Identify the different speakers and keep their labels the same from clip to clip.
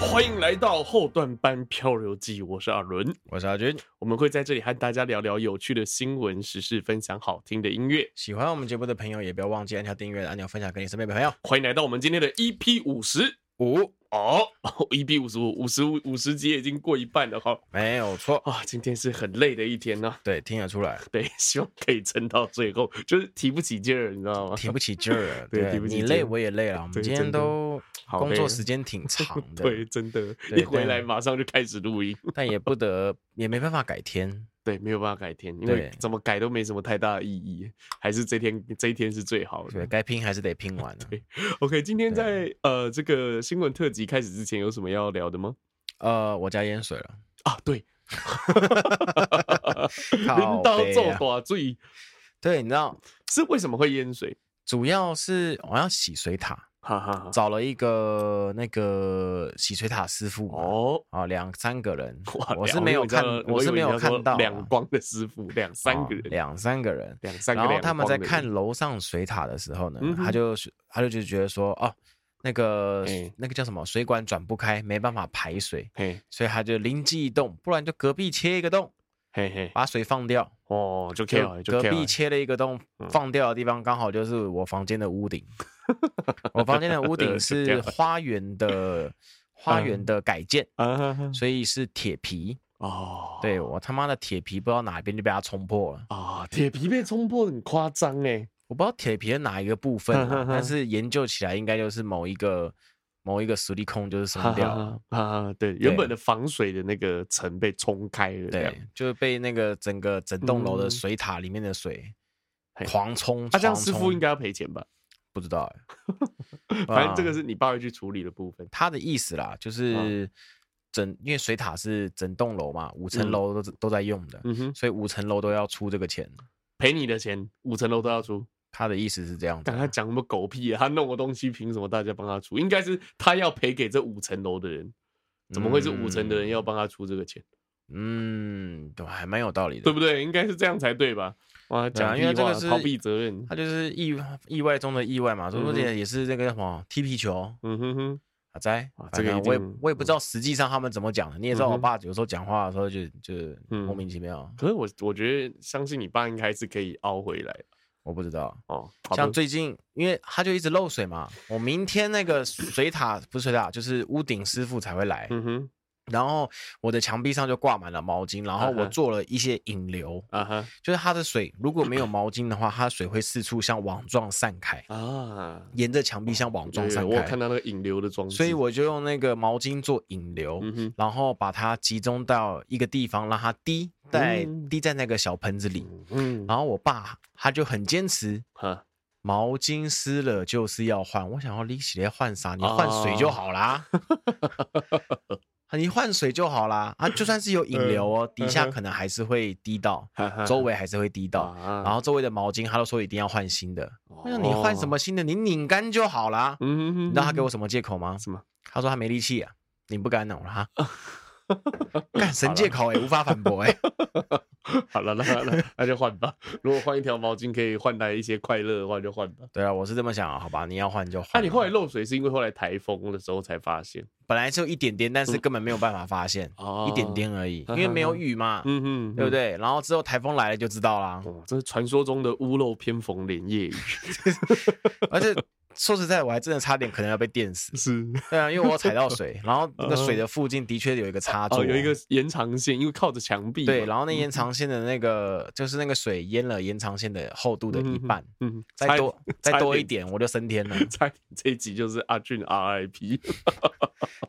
Speaker 1: 欢迎来到后段班漂流记，我是阿伦。
Speaker 2: 我是阿军。
Speaker 1: 我们会在这里和大家聊聊有趣的新闻时事，分享好听的音乐。
Speaker 2: 喜欢我们节目的朋友，也不要忘记按下订阅按钮，分享给你身边的朋友。
Speaker 1: 欢迎来到我们今天的 EP 五十
Speaker 2: 五，
Speaker 1: 哦 ，EP 五十五，五十五五十集已经过一半了哈。
Speaker 2: 没有错，
Speaker 1: 啊，今天是很累的一天呢、
Speaker 2: 对，听得出来，
Speaker 1: 对，希望可以撑到最后，就是提不起劲儿，你知道吗？
Speaker 2: 提不起劲 儿。
Speaker 1: 对
Speaker 2: 对，
Speaker 1: 提不起
Speaker 2: 你
Speaker 1: 劲儿
Speaker 2: 累我也累了，我们
Speaker 1: 对
Speaker 2: 今天
Speaker 1: 真的
Speaker 2: 都
Speaker 1: 好
Speaker 2: 工
Speaker 1: 累啊
Speaker 2: 作时间挺长 的，
Speaker 1: 对，，真的，
Speaker 2: 对
Speaker 1: 一回来
Speaker 2: 但
Speaker 1: 马上就开始录音。
Speaker 2: 但也不得，也没办法改天。
Speaker 1: 对，没有办法改天，因为
Speaker 2: 对
Speaker 1: 怎么改都没什么太大的意义，还是这天这一天是最好
Speaker 2: 对，
Speaker 1: 的。
Speaker 2: 该拼还是得拼完啊。
Speaker 1: OK，今天在
Speaker 2: 对
Speaker 1: 呃这个新闻特辑开始之前，有什么要聊的 吗？
Speaker 2: 呃，我加淹水 了，
Speaker 1: 啊，对，
Speaker 2: 靠
Speaker 1: 领导
Speaker 2: 背
Speaker 1: 做
Speaker 2: 啊
Speaker 1: 大罪
Speaker 2: 对，你知道，
Speaker 1: 是为什么会淹水？
Speaker 2: 主要是我要洗水塔，
Speaker 1: 哈哈哈。
Speaker 2: 找了一个那个洗水塔师傅嘛。
Speaker 1: 哦，
Speaker 2: 啊，两三个人
Speaker 1: 哇，
Speaker 2: 我是
Speaker 1: 两
Speaker 2: 没有
Speaker 1: 你知道
Speaker 2: 看，
Speaker 1: 以为
Speaker 2: 是没
Speaker 1: 你
Speaker 2: 有
Speaker 1: 要说
Speaker 2: 看到啊
Speaker 1: 两光的师傅，两三个
Speaker 2: 哦
Speaker 1: 人，
Speaker 2: 两三个人，
Speaker 1: 两三个，
Speaker 2: 然后
Speaker 1: 两
Speaker 2: 他们
Speaker 1: 光
Speaker 2: 在
Speaker 1: 的
Speaker 2: 看
Speaker 1: 人
Speaker 2: 楼上水塔的时候呢，
Speaker 1: 嗯哼
Speaker 2: 他就是他就就觉得说，哦，那个、
Speaker 1: 哎
Speaker 2: 那个叫什么水管转不开，没办法排水，
Speaker 1: 嘿
Speaker 2: 所以他就灵机一动，不然就隔壁切一个洞，
Speaker 1: 嘿嘿，
Speaker 2: 把水放掉。
Speaker 1: 哦，就 K
Speaker 2: 啊就
Speaker 1: 了，就嗯
Speaker 2: 隔
Speaker 1: K 了
Speaker 2: 壁，切了一个洞，放掉的地方刚好就是我房间 的屋顶。我房间的屋
Speaker 1: 呃
Speaker 2: 顶
Speaker 1: 就这
Speaker 2: 是
Speaker 1: 样
Speaker 2: 花 园的花园的改建，
Speaker 1: 啊哈哈，
Speaker 2: 所以是铁皮。
Speaker 1: 哦，
Speaker 2: 对我他妈的铁皮不知道哪边就被它冲破了。
Speaker 1: 啊，铁皮被冲破很夸张哎，
Speaker 2: 我不知道铁皮的哪一个部分啊、
Speaker 1: 哼哼哼
Speaker 2: 但是研究起来应该就是某一个某一个实力控就是松
Speaker 1: 哈
Speaker 2: 掉
Speaker 1: 哈
Speaker 2: 了，
Speaker 1: 哈哈哈，对，原本的防水的那个层被冲开了，这样
Speaker 2: 对，就是被那个整个整栋楼的
Speaker 1: 嗯
Speaker 2: 水塔里面的水
Speaker 1: 嘿
Speaker 2: 狂冲。
Speaker 1: 啊那这样
Speaker 2: 狂
Speaker 1: 师傅
Speaker 2: 冲
Speaker 1: 应该要赔钱吧？
Speaker 2: 不知道、欸，
Speaker 1: 反正这个
Speaker 2: 啊
Speaker 1: 是嗯你爸会去处理的部分。
Speaker 2: 他的意思啦，就是整因为水塔是整栋楼嘛，五层
Speaker 1: 嗯
Speaker 2: 楼都是都在用的，
Speaker 1: 嗯哼，
Speaker 2: 所以五层楼都要出这个钱。
Speaker 1: 赔你的钱五层楼都要出。
Speaker 2: 他的意思是这样子
Speaker 1: 但他
Speaker 2: 啊，
Speaker 1: 讲什么狗屁、啊？他弄个东西凭什么大家帮他出？应该是他要赔给这五层楼的人，怎么会是五层的人要帮他出这个钱？
Speaker 2: 嗯，对，还蛮有道理的
Speaker 1: 对。不对？应该是这样才对吧？哇，
Speaker 2: 对
Speaker 1: 讲
Speaker 2: 啊
Speaker 1: 屁
Speaker 2: 因为这
Speaker 1: 话，
Speaker 2: 个是
Speaker 1: 逃避责任。
Speaker 2: 他就是意外意外中的意外嘛，所以
Speaker 1: 嗯
Speaker 2: 说
Speaker 1: 嗯哼
Speaker 2: 这也是那个叫什么踢皮球
Speaker 1: 嗯哼哼，
Speaker 2: 啊，在
Speaker 1: 啊这
Speaker 2: 这
Speaker 1: 个
Speaker 2: 个
Speaker 1: 一
Speaker 2: 我也
Speaker 1: 定
Speaker 2: 我也不知道实际上他们怎么讲的，你也知道
Speaker 1: 嗯
Speaker 2: 我
Speaker 1: 哼
Speaker 2: 爸有时候讲话的时候就就
Speaker 1: 嗯
Speaker 2: 莫名其妙，
Speaker 1: 可是我我觉得，相信你爸应该是可以熬回来的
Speaker 2: 我不知道。
Speaker 1: 哦。好
Speaker 2: 像
Speaker 1: 的
Speaker 2: 最近，因为他就一直漏水嘛，我明天那个水塔不是水塔，就是屋顶师傅才会来，
Speaker 1: 嗯哼，
Speaker 2: 然后我的墙壁上就挂满了毛巾，然后
Speaker 1: 啊
Speaker 2: 我
Speaker 1: 哈
Speaker 2: 做了一些引流，
Speaker 1: 啊哈
Speaker 2: 就是它的水如果没有毛巾的话，它的水会四处像网状散开，
Speaker 1: 啊，
Speaker 2: 沿着墙壁像网状
Speaker 1: 对
Speaker 2: 散
Speaker 1: 我有
Speaker 2: 开
Speaker 1: 看。到那个引流的装置，
Speaker 2: 所以我就用那个毛巾做引流，
Speaker 1: 嗯哼，
Speaker 2: 然后把它集中到一个地方，让它滴在、
Speaker 1: 嗯
Speaker 2: 滴在那个小盆子里。
Speaker 1: 嗯，
Speaker 2: 然后我爸他就很坚持，
Speaker 1: 哈，
Speaker 2: 毛巾湿了就是要换。我想要你洗来换啥？你换水
Speaker 1: 哦
Speaker 2: 就 好啦，你换水就好啦。啊，就算是有引流哦，
Speaker 1: 嗯
Speaker 2: 底下可能还是会滴到，
Speaker 1: 哈哈
Speaker 2: 周围还是会滴到。
Speaker 1: 嗯啊
Speaker 2: 然后周围的毛巾，他都说一定要换新的。我想你换什
Speaker 1: 哦
Speaker 2: 么新的？你拧干就好啦。
Speaker 1: 嗯哼哼，
Speaker 2: 你知道他给我什么借口吗？
Speaker 1: 什么？
Speaker 2: 他说他没力气啊，你不敢弄 他。干神借口哎、无法反驳哎、
Speaker 1: 好了，那 那那就换吧。如果换一条毛巾可以换来一些快乐的话，就换吧。
Speaker 2: 对啊，我是这么想啊，好吧，你要换就换。
Speaker 1: 那、你后来漏水是因为后来台风的时候才发现
Speaker 2: 本来就一点点，但是根本没有办法发现，
Speaker 1: 嗯哦
Speaker 2: 一点，点而已，因为没有雨嘛，
Speaker 1: 嗯哼，
Speaker 2: 对不？对？然后之后台风来了就知 道啦。
Speaker 1: 哦，这是传说中的屋漏偏逢连夜雨，。
Speaker 2: 而且说实在，我还真的差点可能要被电死
Speaker 1: 是
Speaker 2: 对啊，因为我有踩到水，然 后那个水的附近的确有一个插
Speaker 1: 嗯哦，
Speaker 2: 座，
Speaker 1: 有一个延长线，因为靠着墙壁嘛。
Speaker 2: 啊
Speaker 1: 嗯
Speaker 2: 对，然后那延长线的那个就是那个水淹了延长线的厚度的一半，
Speaker 1: 嗯，
Speaker 2: 再
Speaker 1: 差
Speaker 2: 多
Speaker 1: 差
Speaker 2: 再多
Speaker 1: 点
Speaker 2: 一点我就升天了，
Speaker 1: 差点这一集就是阿俊 RIP，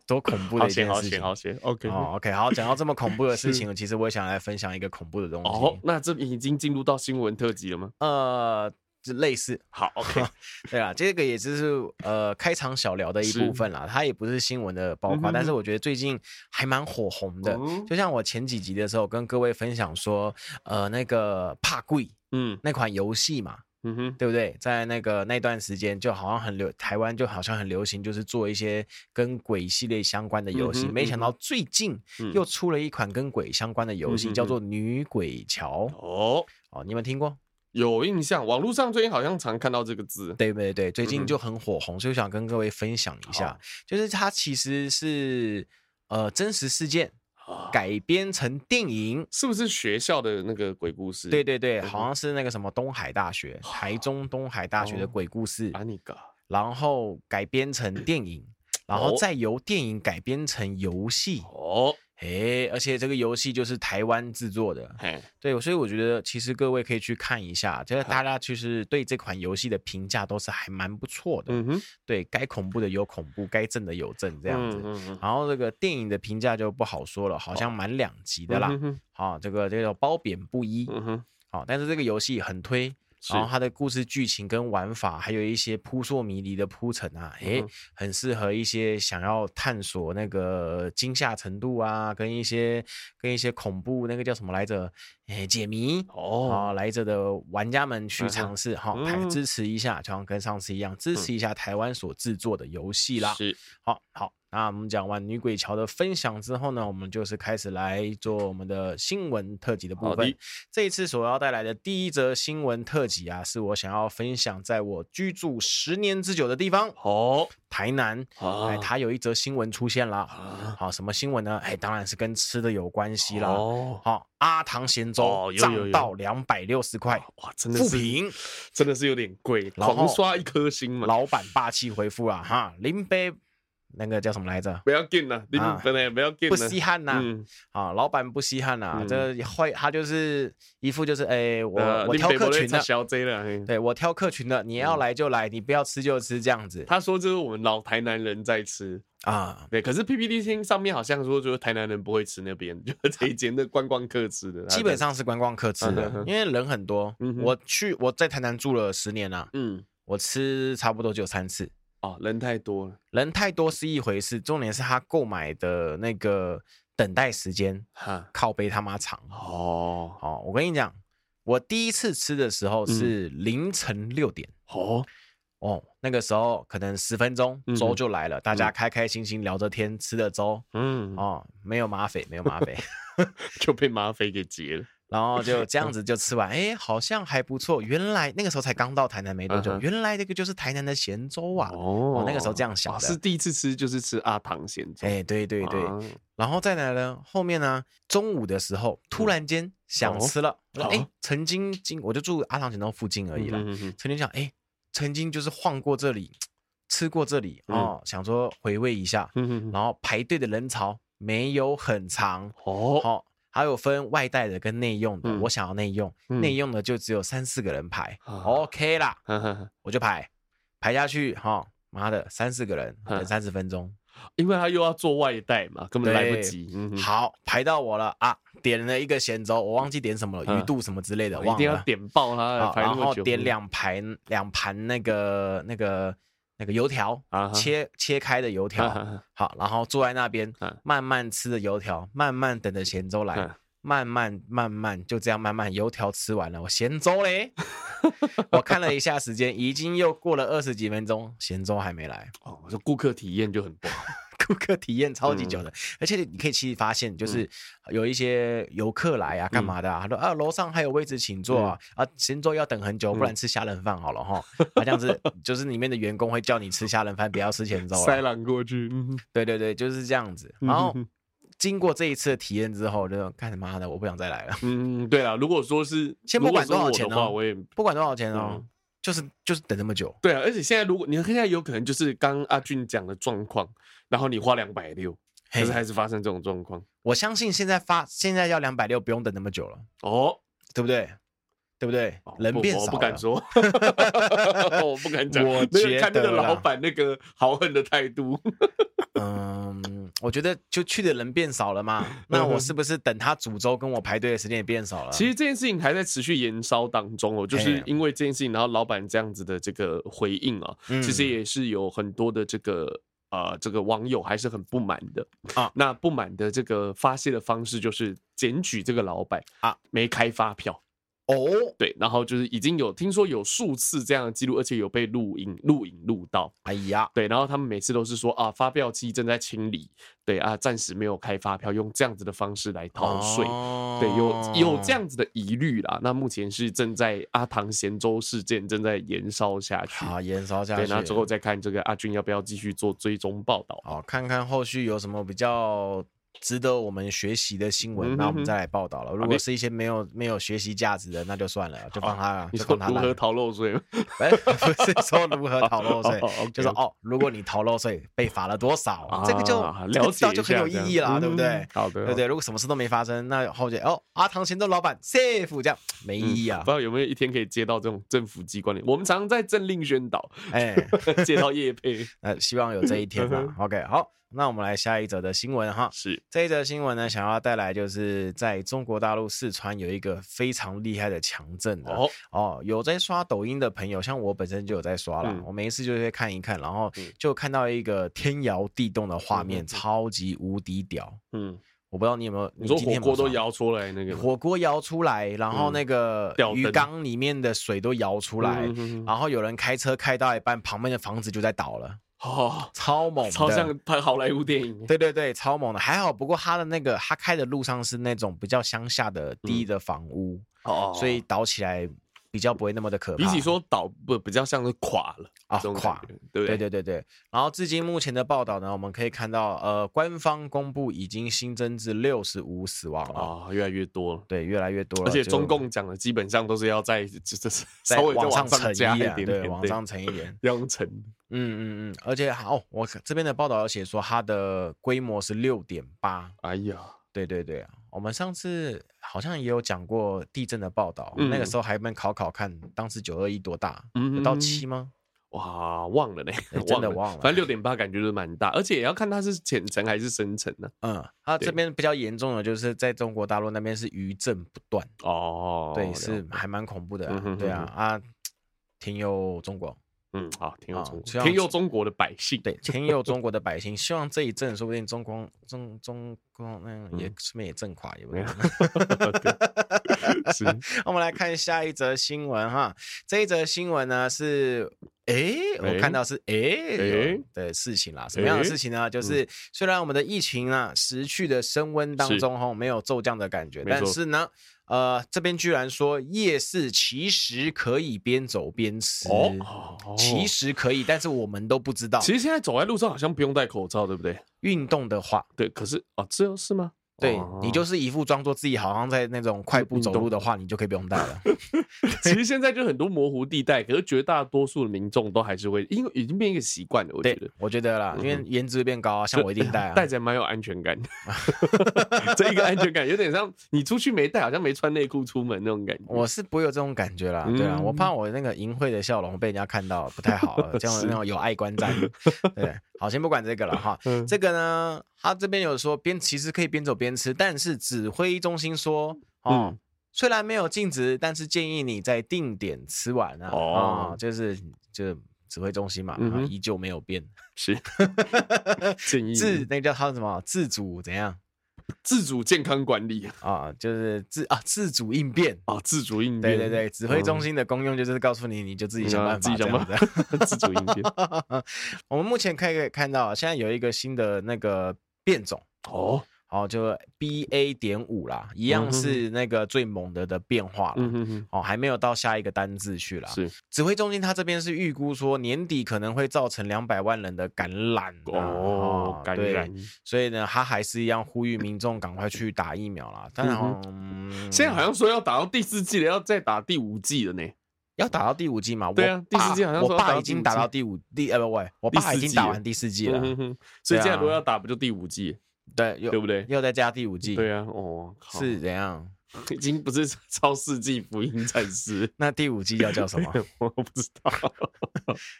Speaker 2: 多恐怖的
Speaker 1: 好
Speaker 2: 一件
Speaker 1: 险好
Speaker 2: 事情
Speaker 1: 险。好险，OK。
Speaker 2: 哦，OK，好，讲到这么恐怖的事
Speaker 1: 是
Speaker 2: 情，其实我也想来分享一个恐怖的东
Speaker 1: 哦
Speaker 2: 西，，
Speaker 1: 那这已经进入到新闻特辑了吗？
Speaker 2: 呃，就类似，
Speaker 1: 好，OK，
Speaker 2: 对啦，这个也就是呃开场小聊的一
Speaker 1: 是
Speaker 2: 部分啦，它也不是新闻的包
Speaker 1: 嗯
Speaker 2: 括，
Speaker 1: 哼
Speaker 2: 但是我觉得最近还蛮火红的
Speaker 1: 哦，
Speaker 2: 就像我前几集的时候跟各位分享说，呃，那个怕贵
Speaker 1: 嗯
Speaker 2: 那款游戏嘛，
Speaker 1: 嗯哼，
Speaker 2: 对不对？在那个那段时间，就好像很流，台湾就好像很流行，就是做一些跟鬼系列相关的游戏。
Speaker 1: 嗯哼
Speaker 2: 没想到最近
Speaker 1: 嗯
Speaker 2: 又出了一款跟鬼相关的游戏，
Speaker 1: 嗯哼
Speaker 2: 叫做《女鬼桥》
Speaker 1: 哦，
Speaker 2: 哦，你们听过？
Speaker 1: 有印象，网络上最近好像常看到这个字。
Speaker 2: 对对对，最
Speaker 1: 嗯
Speaker 2: 近
Speaker 1: 哼
Speaker 2: 就很火红，所以我想跟各位分享一下
Speaker 1: 好，
Speaker 2: 就是它其实是呃真实事件
Speaker 1: 啊
Speaker 2: 改编成电影。
Speaker 1: 是不是学校的那个鬼故事？
Speaker 2: 对对对，
Speaker 1: 嗯哼
Speaker 2: 好像是那个什么东海大学，台中东海大学的
Speaker 1: 哦
Speaker 2: 鬼故事，
Speaker 1: 安妮嘎，
Speaker 2: 然后改编成电影，然后
Speaker 1: 哦
Speaker 2: 再由电影改编成游戏。
Speaker 1: 哦，
Speaker 2: 诶，而且这个游戏就是台湾制作的，
Speaker 1: 嘿，
Speaker 2: 对，所以我觉得其实各位可以去看一下，就是大家其实对这款游戏的评价都是还蛮不错的。
Speaker 1: 嗯哼，
Speaker 2: 对该恐怖的有恐怖，该正的有正这样子。
Speaker 1: 嗯嗯
Speaker 2: 然后这个电影的评价就不好说了，好像蛮两极的啦。
Speaker 1: 嗯哼
Speaker 2: 好、这个这个叫褒贬不一。
Speaker 1: 嗯哼，
Speaker 2: 好、哦但是这个游戏很推，
Speaker 1: 是
Speaker 2: 然后它的故事剧情跟玩法，还有一些扑朔迷离的铺陈啊，诶
Speaker 1: 嗯，
Speaker 2: 很适合一些想要探索那个惊吓程度啊，跟一些跟一些恐怖那个叫什么来着，诶，解谜。
Speaker 1: 哦，
Speaker 2: 哦，来这的玩家们
Speaker 1: 嗯
Speaker 2: 去
Speaker 1: 哼
Speaker 2: 尝试哈，
Speaker 1: 嗯
Speaker 2: 还支持一下，就像跟上次一样，支持一下台湾所制作的游戏啦。
Speaker 1: 是
Speaker 2: 好好，那我们讲完女鬼桥的分享之后呢，我们就是开始来做我们的新闻特辑的部
Speaker 1: 好
Speaker 2: 分
Speaker 1: 的。
Speaker 2: 这一次所要带来的第一则新闻特辑啊，是我想要分享在我居住十年之久的地方
Speaker 1: 哦
Speaker 2: 台南。
Speaker 1: 啊
Speaker 2: 哎，它有一则新闻出现了。
Speaker 1: 啊
Speaker 2: 好，什么新闻呢？哎，当然是跟吃的有关系啦。
Speaker 1: 哦，
Speaker 2: 好、阿唐咸
Speaker 1: 哦
Speaker 2: 粥
Speaker 1: 有有
Speaker 2: 涨
Speaker 1: 有
Speaker 2: 到两百六十块，
Speaker 1: 哇，真的
Speaker 2: 复
Speaker 1: 是
Speaker 2: 评，
Speaker 1: 真的是有点贵，
Speaker 2: 然后
Speaker 1: 狂刷一颗星嘛，
Speaker 2: 老板霸气回复啊，哈，林北那个叫什么来着？
Speaker 1: 不要紧了，你
Speaker 2: 啊
Speaker 1: 本来不要紧
Speaker 2: 不
Speaker 1: 了，
Speaker 2: 稀罕呐、
Speaker 1: 嗯，
Speaker 2: 啊，老板不稀罕呐、啊
Speaker 1: 嗯
Speaker 2: 这会他就是一副就是，哎、我、
Speaker 1: 呃
Speaker 2: 我
Speaker 1: 你
Speaker 2: 挑
Speaker 1: 北
Speaker 2: 客
Speaker 1: 不会
Speaker 2: 群
Speaker 1: 插
Speaker 2: 的，
Speaker 1: 小 J 了，嘿
Speaker 2: 对我挑客群的，你要来就来，你不要吃就吃这样子
Speaker 1: 他说这是我们老台南人在吃，
Speaker 2: 啊。
Speaker 1: 对，可是 PPT 听上面好像说，就是台南人不会吃那边， 就是这一间的观光客吃的，
Speaker 2: 基本，上是观光客吃的
Speaker 1: 嗯哼，哼
Speaker 2: 因为人很多。
Speaker 1: 嗯哼
Speaker 2: 我去我在台南住了十年啦、
Speaker 1: 嗯，
Speaker 2: 我吃差不多只有三次。
Speaker 1: 哦，人太多了，
Speaker 2: 人太多是一回事，重点是他购买的那个等待时间
Speaker 1: 哈，
Speaker 2: 靠背他妈长。
Speaker 1: 哦，
Speaker 2: 哦，我跟你讲，我第一次吃的时候
Speaker 1: 嗯
Speaker 2: 是凌晨六点。
Speaker 1: 哦，
Speaker 2: 哦，那个时候可能十分钟
Speaker 1: 嗯哼
Speaker 2: 粥就来了，大家
Speaker 1: 嗯
Speaker 2: 开开心心聊着天，吃着粥，
Speaker 1: 嗯，
Speaker 2: 哦，没有马匪，没有 马匪，
Speaker 1: 就被马匪给劫了，
Speaker 2: 然后就这
Speaker 1: 嗯
Speaker 2: 样子就吃完，哎，好像还不错。原来那个时候才刚到台南没多久，
Speaker 1: 嗯哼
Speaker 2: 原来这个就是台南的咸粥啊。
Speaker 1: 哦
Speaker 2: 那个时候这样想的
Speaker 1: 哦是第一次吃就是吃阿唐咸粥，
Speaker 2: 哎，对对对，
Speaker 1: 啊
Speaker 2: 然后再来呢，后面呢，中午的时候突然间想吃了，我说哎、
Speaker 1: 嗯哦
Speaker 2: 曾经经我就住阿唐剪刀附近而已啦，
Speaker 1: 嗯嗯嗯嗯
Speaker 2: 曾经想哎，曾经就是晃过这里，吃过这里哦，想说回味一下，
Speaker 1: 嗯嗯嗯
Speaker 2: 然后排队的人潮没有很长，
Speaker 1: 哦，
Speaker 2: 好、还有分外带的跟内用的，
Speaker 1: 嗯
Speaker 2: 我想要内用，
Speaker 1: 嗯
Speaker 2: 内用的就只有三四个人排、
Speaker 1: 啊
Speaker 2: o k 啦，
Speaker 1: 哈哈哈
Speaker 2: 我就排排下去，哈、妈的三四个人等
Speaker 1: 嗯
Speaker 2: 三十分钟，
Speaker 1: 因为他又要做外带嘛，根本来不
Speaker 2: 对
Speaker 1: 及，嗯嗯
Speaker 2: 好排到我了啊，点了一个咸粥，我忘记点什么了，鱼
Speaker 1: 嗯
Speaker 2: 肚什么之类的，
Speaker 1: 一
Speaker 2: 忘
Speaker 1: 定要
Speaker 2: 了，
Speaker 1: 点爆它，
Speaker 2: 好
Speaker 1: 排那
Speaker 2: 然
Speaker 1: 么
Speaker 2: 后
Speaker 1: 久。嗯
Speaker 2: 点两盘两盘那个那个那个油条，
Speaker 1: 啊哈啊
Speaker 2: 切切开的油条。
Speaker 1: 哈哈哈
Speaker 2: 好，然后坐在那边
Speaker 1: 嗯，
Speaker 2: 慢慢吃着油条，慢慢等着咸粥来
Speaker 1: 嗯，
Speaker 2: 慢慢慢慢就这样慢慢油条吃完了，我咸粥嘞，我看了一下时间，已经又过了二十几分钟，咸粥还没来，
Speaker 1: 哦，我说顾客体验就很不好。
Speaker 2: 顾客体验超级
Speaker 1: 嗯
Speaker 2: 久的，而且你可以其实发现，就是有一些游客来啊，
Speaker 1: 嗯
Speaker 2: 干嘛的啊，他说啊楼上还有位置请坐啊，啊咸粥要等很久，不
Speaker 1: 嗯
Speaker 2: 然吃虾仁饭好了哈，啊这样子就是里面的员工会叫你吃虾仁饭，不要吃咸粥了
Speaker 1: 塞。狼过去，嗯
Speaker 2: 对对对，就是这样子。
Speaker 1: 嗯
Speaker 2: 然后
Speaker 1: 哼哼
Speaker 2: 经过这一次的体验之后，我就看他妈的，我不想再来了。
Speaker 1: 嗯，对了，如果说是
Speaker 2: 先不管多少钱
Speaker 1: 如果是我
Speaker 2: 哦
Speaker 1: 的话，我也
Speaker 2: 不管多少钱哦，
Speaker 1: 嗯
Speaker 2: 就是就是等那么久。
Speaker 1: 对啊。而且现在如果你看现在有可能就是刚阿俊讲的状况，然后你花两百六，可
Speaker 2: 嘿
Speaker 1: 是，还是发生这种状况
Speaker 2: 我相信现在发现在要两百六，不用等那么久了，
Speaker 1: 哦。
Speaker 2: 对不对？对不对
Speaker 1: 哦？
Speaker 2: 人
Speaker 1: 不
Speaker 2: 变少
Speaker 1: 我
Speaker 2: 了，
Speaker 1: 不敢说， 我不敢讲。
Speaker 2: 我
Speaker 1: 没有
Speaker 2: 觉
Speaker 1: 看那个
Speaker 2: 得啦
Speaker 1: 老板那个豪横的态度，
Speaker 2: 嗯，我觉得就去的人变少了嘛，
Speaker 1: 嗯
Speaker 2: 那我是不是等他煮粥跟我排队的时间也变少了？
Speaker 1: 其实这件事情还在持续延烧当中哦，就是
Speaker 2: 嘿
Speaker 1: 因为这件事情，然后老板这样子的这个回应啊，
Speaker 2: 嗯
Speaker 1: 其实也是有很多的这个呃这个网友还是很不满的
Speaker 2: 啊
Speaker 1: 那不满的这个发泄的方式就是检举这个老板
Speaker 2: 啊
Speaker 1: 没开发票
Speaker 2: 哦，
Speaker 1: 对，然后就是已经有听说有数次这样的记录，而且有被录音、录影、录到。
Speaker 2: 哎呀，
Speaker 1: 对，然后他们每次都是说啊，发票期正在清理，对啊，暂时没有开发票，用这样子的方式来逃税。
Speaker 2: 哦
Speaker 1: 对，有有这样子的疑虑啦。那目前是正在阿唐咸州事件正在延烧下去。
Speaker 2: 好延烧下
Speaker 1: 对，
Speaker 2: 去，
Speaker 1: 那之后再看这个阿俊要不要继续做追踪报道。
Speaker 2: 好看看后续有什么比较。值得我们学习的新
Speaker 1: 嗯
Speaker 2: 闻，
Speaker 1: 哼
Speaker 2: 那我
Speaker 1: 哼
Speaker 2: 们再来报道了。如果是一些没有没有学习价值的，那就算了，就放它了，
Speaker 1: 哦你
Speaker 2: 就
Speaker 1: 说
Speaker 2: 放它
Speaker 1: 如
Speaker 2: 烂
Speaker 1: 何。逃漏税吗？
Speaker 2: 哎， 不是说如何逃漏税
Speaker 1: 哦哦，OK，
Speaker 2: 就是
Speaker 1: OK
Speaker 2: 哦，如果你逃漏税被罚了多少，
Speaker 1: 啊
Speaker 2: 这个就这
Speaker 1: 了解
Speaker 2: 个知道
Speaker 1: 一
Speaker 2: 就很
Speaker 1: 下
Speaker 2: 有
Speaker 1: 这样
Speaker 2: 意义啦，对不对
Speaker 1: 嗯？好的，
Speaker 2: 对不对？如果什么事都没发生，那后面哦，阿唐贤的老板 safe 这样没
Speaker 1: 嗯
Speaker 2: 意义啊
Speaker 1: 不知，道有没有一天可以接到这种政府机关的，我们常在政令宣导
Speaker 2: 哎，
Speaker 1: 接到业 配，
Speaker 2: 呃，希望有这一 天
Speaker 1: 嗯
Speaker 2: 啦。OK，好，那我们来下一则的新闻哈。
Speaker 1: 是
Speaker 2: 这一则新闻呢，想要带来就是在中国大陆四川有一个非常厉害的强震的
Speaker 1: 哦，
Speaker 2: 哦，有在刷抖音的朋友，像我本身就有在刷啦，
Speaker 1: 嗯
Speaker 2: 我每一次就会看一看，然后
Speaker 1: 嗯
Speaker 2: 就看到一个天摇地动的画
Speaker 1: 嗯
Speaker 2: 面，
Speaker 1: 嗯嗯
Speaker 2: 超级无敌屌。
Speaker 1: 嗯，
Speaker 2: 我不知道你有没有，
Speaker 1: 你说
Speaker 2: 今天
Speaker 1: 火
Speaker 2: 有没
Speaker 1: 锅都
Speaker 2: 有刷，
Speaker 1: 摇出来那个吗
Speaker 2: 火锅摇出来，然后
Speaker 1: 嗯
Speaker 2: 那个
Speaker 1: 吊灯
Speaker 2: 鱼缸里面的水都摇出来，啊
Speaker 1: 嗯嗯嗯嗯
Speaker 2: 然后有人开车开到一半，旁边的房子就在倒了，
Speaker 1: 哦，
Speaker 2: 超猛的，
Speaker 1: 超像拍好莱坞电影，
Speaker 2: 对对对，超猛的，还好。不过他的那个他开的路上是那种比较乡下的低的房屋，
Speaker 1: 嗯哦
Speaker 2: 所以倒起来比较不会那么的可怕。
Speaker 1: 比起说倒不比较像是垮了
Speaker 2: 啊
Speaker 1: 这种感
Speaker 2: 垮
Speaker 1: 觉，对不
Speaker 2: 对？对对对。然后至今目前的报道呢，我们可以看到，呃，官方公布已经新增至六十五死亡了，
Speaker 1: 啊，越来越多了。
Speaker 2: 对，越来越多
Speaker 1: 而
Speaker 2: 了。
Speaker 1: 且
Speaker 2: 就
Speaker 1: 中共讲的基本上都是 要在这这
Speaker 2: 在
Speaker 1: 稍微再
Speaker 2: 往上乘
Speaker 1: 上加
Speaker 2: 一
Speaker 1: 一
Speaker 2: 啊，
Speaker 1: 点
Speaker 2: 对，
Speaker 1: 点，
Speaker 2: 往上乘一点。
Speaker 1: 央城
Speaker 2: 嗯嗯嗯，而且好、哦，我这边的报道有写说它的规模是六点八，
Speaker 1: 哎呀，
Speaker 2: 对对对啊，我们上次好像也有讲过地震的报道，
Speaker 1: 嗯
Speaker 2: 那个时候还没考考看，当时九二一多大？
Speaker 1: 嗯
Speaker 2: 有到七吗？
Speaker 1: 哇，忘了呢，
Speaker 2: 哎真的忘了
Speaker 1: 反正六点八感觉就是蛮大，而且也要看它是浅层还是深层啊呢、
Speaker 2: 嗯，它
Speaker 1: 对
Speaker 2: 这边比较严重的就是在中国大陆那边是余震不断，
Speaker 1: 哦，
Speaker 2: 对，
Speaker 1: 了
Speaker 2: 是还蛮恐怖的啊、
Speaker 1: 嗯哼
Speaker 2: 对啊
Speaker 1: 哼
Speaker 2: 啊，天佑中国，
Speaker 1: 嗯，好，天佑
Speaker 2: 啊
Speaker 1: 中国，
Speaker 2: 像
Speaker 1: 天佑中国的百姓，
Speaker 2: 对，天佑中国的百姓，希望这一阵说不定中共中中共那样也
Speaker 1: 嗯
Speaker 2: 顺便也震垮也不
Speaker 1: 没
Speaker 2: 定
Speaker 1: 有 对是
Speaker 2: 我们来看下一则新闻哈，这一则新闻呢是，诶，我看到是诶
Speaker 1: 诶嗯
Speaker 2: 有的事情啦，什么样的事情呢？就是虽然我们的疫情啊持续的升温当中哈，没有骤降的感觉，
Speaker 1: 没错
Speaker 2: 但是呢，呃，这边居然说夜市其实可以边走边吃，
Speaker 1: 哦，哦
Speaker 2: 其实啊可以，但是我们都不知道。
Speaker 1: 其实现在走在路上好像不用戴口罩，对不对？
Speaker 2: 运动的话，
Speaker 1: 对，可是哦，这是吗？
Speaker 2: 对
Speaker 1: 哦
Speaker 2: 你就是一副装作自己好像在那种快步走路的话，你就可以不用戴 了。
Speaker 1: 其实现在就很多模糊地带，可是绝大多数的民众都还是会，因为已经变一个习惯了，我觉
Speaker 2: 对
Speaker 1: 得。，
Speaker 2: 我觉得啦，因为颜值会变高啊，像我一定戴啊，
Speaker 1: 嗯 戴着蛮有安全感的，这一个安全感有点像你出去没戴，好像没穿内裤出门那种感觉。
Speaker 2: 我是不会有这种感觉啦，对啊，
Speaker 1: 嗯
Speaker 2: 我怕我那个淫秽的笑容被人家看到，不太 好，这样那种有碍观瞻。对，好，先不管这个了哈。
Speaker 1: 嗯
Speaker 2: 这个呢，他这边有说边其实可以边走边吃，但是指挥中心说哦。
Speaker 1: 嗯
Speaker 2: 虽然没有禁止，但是建议你在定点吃完啊，
Speaker 1: 哦
Speaker 2: 哦，就是就是指挥中心嘛，
Speaker 1: 嗯
Speaker 2: 啊
Speaker 1: 哼嗯
Speaker 2: 依旧没有变，
Speaker 1: 是 建议
Speaker 2: 自那个叫他们什么自主怎样
Speaker 1: 自主健康管理啊、
Speaker 2: 啊，就是自啊自主应变，
Speaker 1: 哦自主应
Speaker 2: 对
Speaker 1: 变，嗯
Speaker 2: 对对，指挥中心的功用就是告诉你，你就自己想办法，
Speaker 1: 嗯啊自己想办法
Speaker 2: 这样子
Speaker 1: 自主应 变。
Speaker 2: 我们目前可以看到，啊现在有一个新的那个变种，
Speaker 1: 哦，
Speaker 2: 哦，就 B A 点五啦，一样是那个最猛的的变化
Speaker 1: 嗯
Speaker 2: 了。
Speaker 1: 哼哼，
Speaker 2: 哦，还没有到下一个单字去啦。
Speaker 1: 是
Speaker 2: 指挥中心他这边是预估说年底可能会造成两百万人的感染啊、
Speaker 1: 哦，感
Speaker 2: 对
Speaker 1: 染。
Speaker 2: 所以呢，他还是一样呼吁民众赶快去打疫苗啦。当然、嗯
Speaker 1: 现在好像说要打到第四季了，要再打第五季了呢。
Speaker 2: 要打到第五季嘛？
Speaker 1: 对啊
Speaker 2: 我爸
Speaker 1: 第四季好像说
Speaker 2: 我
Speaker 1: 要打
Speaker 2: 爸
Speaker 1: 到
Speaker 2: 已经打到第五第呃不喂，我爸
Speaker 1: 第
Speaker 2: 已
Speaker 1: 四
Speaker 2: 经
Speaker 1: 季
Speaker 2: 打完第四季了
Speaker 1: 嗯，哼哼所以
Speaker 2: 对啊
Speaker 1: 现在如果要打，不就第五季，
Speaker 2: 对，又
Speaker 1: 对不对？
Speaker 2: 又再加第五季，
Speaker 1: 对啊，哦，靠
Speaker 2: 是怎样？
Speaker 1: 已经不是 超世纪福音战士，
Speaker 2: 那第五季要叫什么？
Speaker 1: 我不知 道。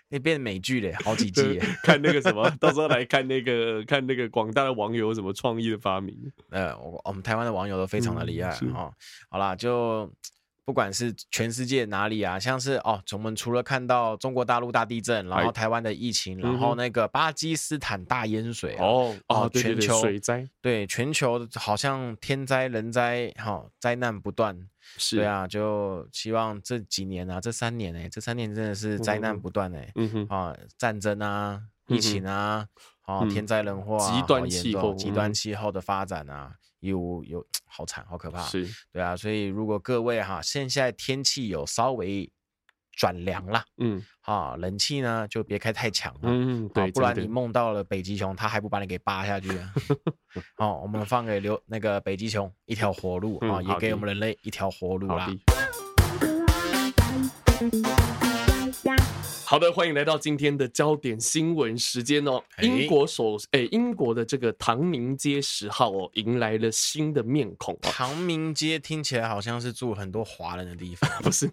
Speaker 2: 那变美剧嘞，好几季
Speaker 1: 对
Speaker 2: 耶，
Speaker 1: 看那个什么，到时候来看那个看那个广大的网友有什么创意的发明。
Speaker 2: 呃，我我们台湾的网友都非常的厉害
Speaker 1: 嗯是
Speaker 2: 哦。好啦，就。不管是全世界哪里啊，像是哦，我们除了看到中国大陆大地震，然后
Speaker 1: 哎
Speaker 2: 台湾的疫情，然
Speaker 1: 嗯哼
Speaker 2: 后那个巴基斯坦大淹水啊，
Speaker 1: 哦
Speaker 2: 哦
Speaker 1: 哦，对对
Speaker 2: 全
Speaker 1: 对，
Speaker 2: 球
Speaker 1: 水灾
Speaker 2: 对，全球好像天灾人灾，哈、灾难不断。
Speaker 1: 是
Speaker 2: 对，啊，就希望这几年啊，这三年哎、这三年真的是灾难
Speaker 1: 嗯
Speaker 2: 不断哎、
Speaker 1: 嗯哼，
Speaker 2: 啊，战争啊，
Speaker 1: 嗯
Speaker 2: 疫
Speaker 1: 哼
Speaker 2: 情啊，啊，
Speaker 1: 嗯
Speaker 2: 天灾人祸啊，
Speaker 1: 极
Speaker 2: 好
Speaker 1: 端
Speaker 2: 严
Speaker 1: 气
Speaker 2: 重
Speaker 1: 候
Speaker 2: 极端
Speaker 1: 嗯
Speaker 2: 气候的发展啊，有有好惨，好可怕。
Speaker 1: 是
Speaker 2: 对啊，所以如果各位哈，现在天气有稍微转凉啦，
Speaker 1: 嗯
Speaker 2: 啊，冷气呢就别开太强了。
Speaker 1: 嗯，
Speaker 2: 啊
Speaker 1: 对，
Speaker 2: 不然
Speaker 1: 真
Speaker 2: 你
Speaker 1: 的
Speaker 2: 梦到了北极熊，它还不把你给扒下去、 啊？哦，我们放给留那个北极熊一条活路啊、
Speaker 1: 嗯
Speaker 2: 也
Speaker 1: 好
Speaker 2: 给
Speaker 1: 的
Speaker 2: 我们人类一条活路
Speaker 1: 好
Speaker 2: 啦。
Speaker 1: 的。 好的，欢迎来到今天的焦点新闻时间哦。
Speaker 2: 哎
Speaker 1: 英国首诶、英国的这个唐宁街十号哦，迎来了新的面孔哦。
Speaker 2: 唐明街听起来好像是住很多华人的地方，
Speaker 1: 不是，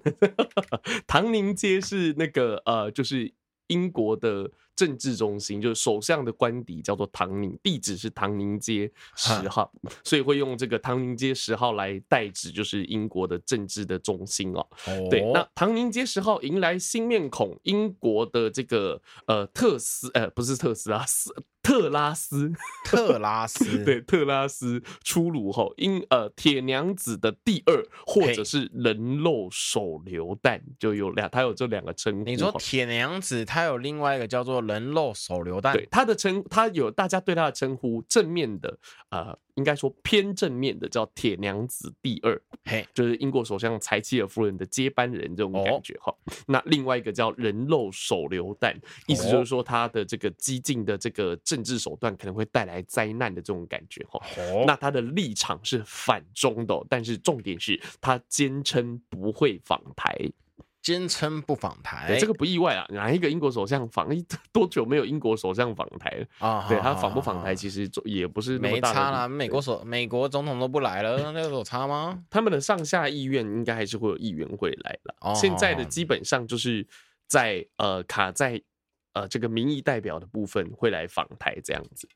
Speaker 1: 唐宁街是那个呃，就是英国的政治中心，就是首相的官邸叫做唐宁，地址是唐宁街十号，所以会用这个唐宁街十号来代指，就是英国的政治的中心哦。
Speaker 2: 哦
Speaker 1: 对，那唐宁街十号迎来新面孔，英国的这个呃特斯呃不是特斯拉斯特拉斯，
Speaker 2: 特拉 斯
Speaker 1: 对特拉斯出炉后，因呃铁娘子的第二或者是人肉手榴弹，就有两，它有这两个称呼。
Speaker 2: 你说
Speaker 1: 吼
Speaker 2: 铁娘子，她有另外一个叫做人肉手榴弹，
Speaker 1: 对它的称，它有大家对它的称呼，正面的呃，应该说偏正面的叫铁娘子第二，
Speaker 2: 嘿，
Speaker 1: 就是英国首相柴契尔夫人的接班人这种
Speaker 2: 哦
Speaker 1: 感觉哈、那另外一个叫人肉手榴弹，意思
Speaker 2: 哦
Speaker 1: 就是说他的这个激进的这个政治手段可能会带来灾难的这种感觉哈、
Speaker 2: 哦
Speaker 1: 那他的立场是反中的哦、但是重点是他坚称不会访台，
Speaker 2: 坚称不访台，
Speaker 1: 对这个不意外啊。哪一个英国首相访？多久没有英国首相访台了？
Speaker 2: 啊，
Speaker 1: 对
Speaker 2: 好
Speaker 1: 他
Speaker 2: 好
Speaker 1: 访不
Speaker 2: 好
Speaker 1: 访
Speaker 2: 好
Speaker 1: 台，其实就也不是那么
Speaker 2: 没
Speaker 1: 大的
Speaker 2: 差
Speaker 1: 问
Speaker 2: 啦，
Speaker 1: 题
Speaker 2: 美
Speaker 1: 对
Speaker 2: 国首美国总统都不来了，那有差吗？
Speaker 1: 他们的上下议院应该还是会有议员会来了。
Speaker 2: 哦
Speaker 1: 现在的基本上就是在呃卡在呃这个民意代表的部分会来访台这样子。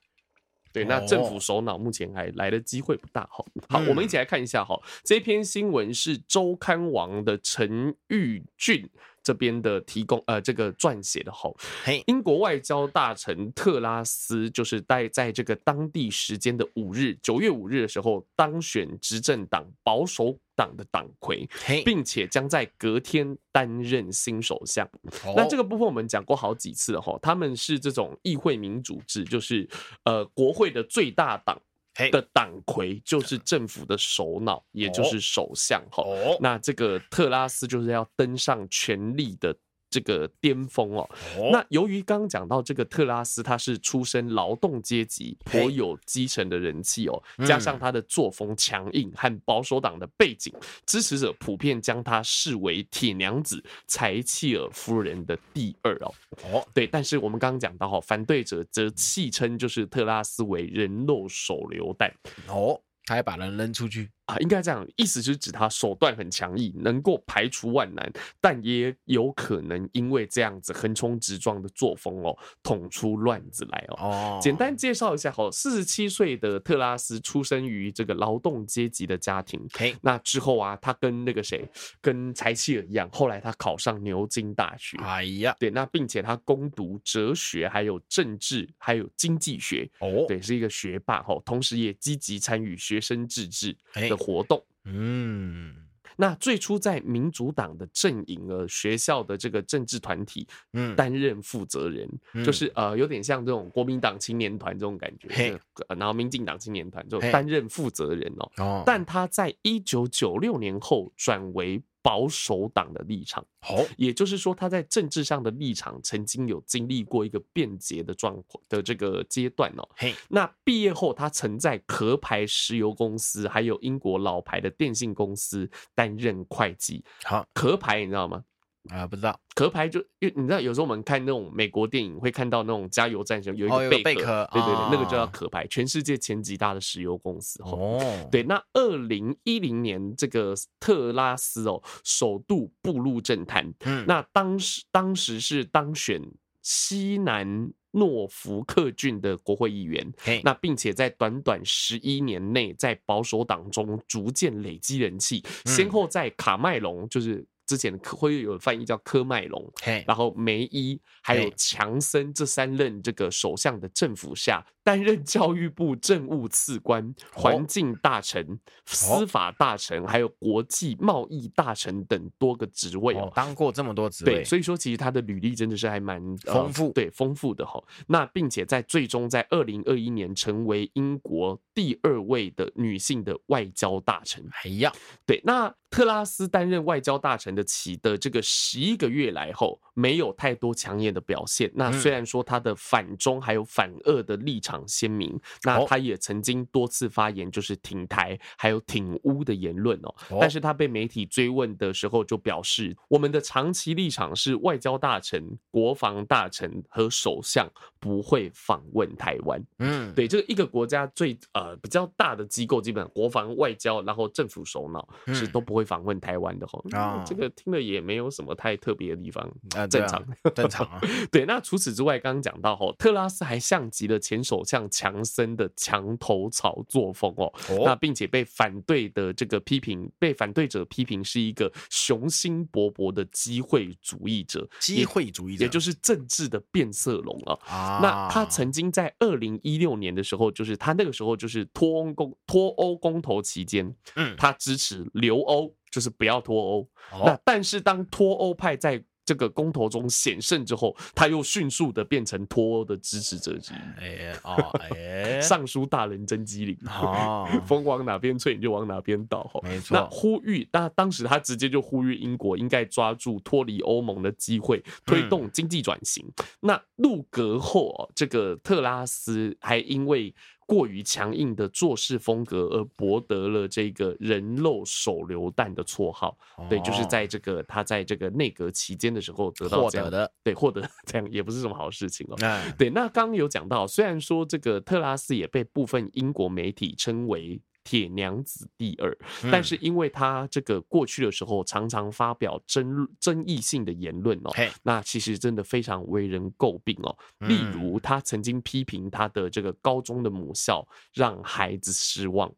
Speaker 1: 对，那
Speaker 2: 哦
Speaker 1: 政府首脑目前还来的机会不大哈。好，
Speaker 2: 嗯
Speaker 1: 我们一起来看一下哈，这篇新闻是周刊王的陈玉俊这边的提供，呃，这个撰写的哈。
Speaker 2: 嘿，
Speaker 1: 英国外交大臣特拉斯就是在在这个当地时间的五日，九月五日的时候当选执政党保守党的党魁，
Speaker 2: 嘿，
Speaker 1: 并且将在隔天担任新首相。那这
Speaker 2: 个
Speaker 1: 个部分我们讲过好几次了哈，他们是这种议会民主制，就是呃国会的最大党
Speaker 2: 嘿
Speaker 1: 的党魁就是政府的首脑，也就是首相哈。
Speaker 2: 哦，
Speaker 1: 那这个特拉斯就是要登上权力的这个巅峰哦。
Speaker 2: 哦
Speaker 1: 那由于刚刚讲到这个特拉斯，他是出身劳动阶级，
Speaker 2: 嘿
Speaker 1: 颇有基层的人气哦，
Speaker 2: 嗯
Speaker 1: 加上他的作风强硬和保守党的背景，支持者普遍将他视为铁娘子柴契尔夫人的第二哦。
Speaker 2: 哦
Speaker 1: 对，但是我们刚刚讲到哈、哦，反对者则戏称就是特拉斯为人肉手榴弹。
Speaker 2: 哦，他还把人扔出去，
Speaker 1: 啊，应该这样，意思就是指他手段很强硬，能够排除万难，但也有可能因为这样子横冲直撞的作风哦，捅出乱子来哦。
Speaker 2: 哦，
Speaker 1: 简单介绍一下好，四十七岁的特拉斯出生于这个劳动阶级的家庭。
Speaker 2: 嘿，
Speaker 1: 那之后啊，他跟那个谁，跟柴契尔一样，后来他考上牛津大学。
Speaker 2: 哎呀，
Speaker 1: 对，那并且他攻读哲学，还有政治，还有经济学，
Speaker 2: 哦，
Speaker 1: 对，是一个学霸哈，同时也积极参与学生自治
Speaker 2: 哎
Speaker 1: 的活动。
Speaker 2: 嗯
Speaker 1: 那最初在民主党的阵营呃学校的这个政治团体
Speaker 2: 嗯，
Speaker 1: 担任负责人，
Speaker 2: 嗯
Speaker 1: 就是呃有点像这种国民党青年团这种感觉，
Speaker 2: 嘿
Speaker 1: 就呃然后民进党青年团就
Speaker 2: 嘿
Speaker 1: 担任负责人哦。
Speaker 2: 哦，
Speaker 1: 但他在一九九六年后转为保守党的立场，
Speaker 2: 哦，
Speaker 1: 也就是说他在政治上的立场曾经有经历过一个变节的状况的这个阶段哦。
Speaker 2: 嘿，
Speaker 1: 那毕业后，他曾在壳牌石油公司，还有英国老牌的电信公司担任会计。
Speaker 2: 好
Speaker 1: 壳牌你知道吗？
Speaker 2: 啊，不知道，
Speaker 1: 壳牌就因为你知道，有时候我们看那种美国电影，会看到那种加油站上有一
Speaker 2: 哦有
Speaker 1: 个
Speaker 2: 个
Speaker 1: 贝壳，
Speaker 2: 贝壳
Speaker 1: 对对对
Speaker 2: 啊，
Speaker 1: 那个就叫壳牌，全世界前几大的石油公司。哦
Speaker 2: 哦，
Speaker 1: 对，那二零一零年，这个特拉斯哦，首度步入政坛，
Speaker 2: 嗯，
Speaker 1: 那当时当时是当选西南诺福克郡的国会议员。
Speaker 2: 嘿，
Speaker 1: 那并且在短短十一年内，在保守党中逐渐累积人气，
Speaker 2: 嗯
Speaker 1: 先后在卡麦隆，就是之前科会有翻译叫科麦隆，
Speaker 2: 嘿，
Speaker 1: 然后梅伊还有
Speaker 2: 对
Speaker 1: 强森这三任这个首相的政府下，担任教育部政务次官、
Speaker 2: 哦
Speaker 1: 环境大臣、司法大臣，还有国际贸易大臣等多个职位
Speaker 2: 哦
Speaker 1: 哦。
Speaker 2: 当过这么多职
Speaker 1: 对，
Speaker 2: 位，
Speaker 1: 所以说其实他的履历真的是还蛮呃
Speaker 2: 丰富
Speaker 1: 对丰富的哈。那并且在最终在二零二一年成为英国第二位的女性的外交大臣。
Speaker 2: 哎呀，
Speaker 1: 对，那特拉斯担任外交大臣的起的这个十一个月来后，没有太多抢眼的表现。
Speaker 2: 嗯
Speaker 1: 那虽然说他的反中还有反俄的立场鲜明，那
Speaker 2: 哦
Speaker 1: 他也曾经多次发言就是挺台还有挺乌的言论哦。
Speaker 2: 哦
Speaker 1: 但是他被媒体追问的时候，就表示我们的长期立场是外交大臣、国防大臣和首相不会访问台湾。
Speaker 2: 嗯，
Speaker 1: 对，这个一个国家最呃比较大的机构，基本上国防、外交，然后政府首脑
Speaker 2: 嗯
Speaker 1: 是都不会访问台湾的吼。
Speaker 2: 啊
Speaker 1: 这个听了也没有什么太特别的地方。
Speaker 2: 呃，对
Speaker 1: 正
Speaker 2: 啊
Speaker 1: 常，
Speaker 2: 正常 啊，
Speaker 1: 对，那除此之外，刚刚讲到吼，特拉斯还像极了前首相强森的墙头草作风哦。那
Speaker 2: 哦，
Speaker 1: 并且被反对的这个批评，被反对者批评是一个雄心勃勃的机会主义者，
Speaker 2: 机会主义者，
Speaker 1: 也就是政治的变色龙啊。
Speaker 2: 啊，
Speaker 1: 那他曾经在二零一六年的时候，就是他那个时候就是脱欧公脱欧公投期间，
Speaker 2: 嗯，
Speaker 1: 他支持留欧，就是不要脱欧。那
Speaker 2: 哦，
Speaker 1: 但是当脱欧派在这个公投中险胜之后，他又迅速的变成脱欧的支持者之一，
Speaker 2: 哎哦 哎，
Speaker 1: 尚书大人真机灵。
Speaker 2: 哦，
Speaker 1: 风往哪边吹，你就往哪边倒。吼
Speaker 2: 没
Speaker 1: 那
Speaker 2: 错，
Speaker 1: 呼吁，那当时他直接就呼吁英国应该抓住脱离欧盟的机会，
Speaker 2: 嗯
Speaker 1: 推动经济转型。那入阁后哦，这个特拉斯还因为过于强硬的做事风格而博得了这个“人肉手榴弹”的绰号。对，就是
Speaker 2: 哦
Speaker 1: 在这个他在这个内阁期间的时候得到
Speaker 2: 获
Speaker 1: 这样
Speaker 2: 得，的，
Speaker 1: 对，获得 这样也不是什么好事情哦。
Speaker 2: 嗯，
Speaker 1: 对，那刚刚有讲到，虽然说这个特拉斯也被部分英国媒体称为。铁娘子第二，
Speaker 2: 嗯
Speaker 1: 但是因为他这个过去的时候常常发表争争议性的言论哦，
Speaker 2: 嘿，
Speaker 1: 那其实真的非常为人诟病哦。例
Speaker 2: 嗯
Speaker 1: 如，他曾经批评他的这个高中的母校让孩子失望，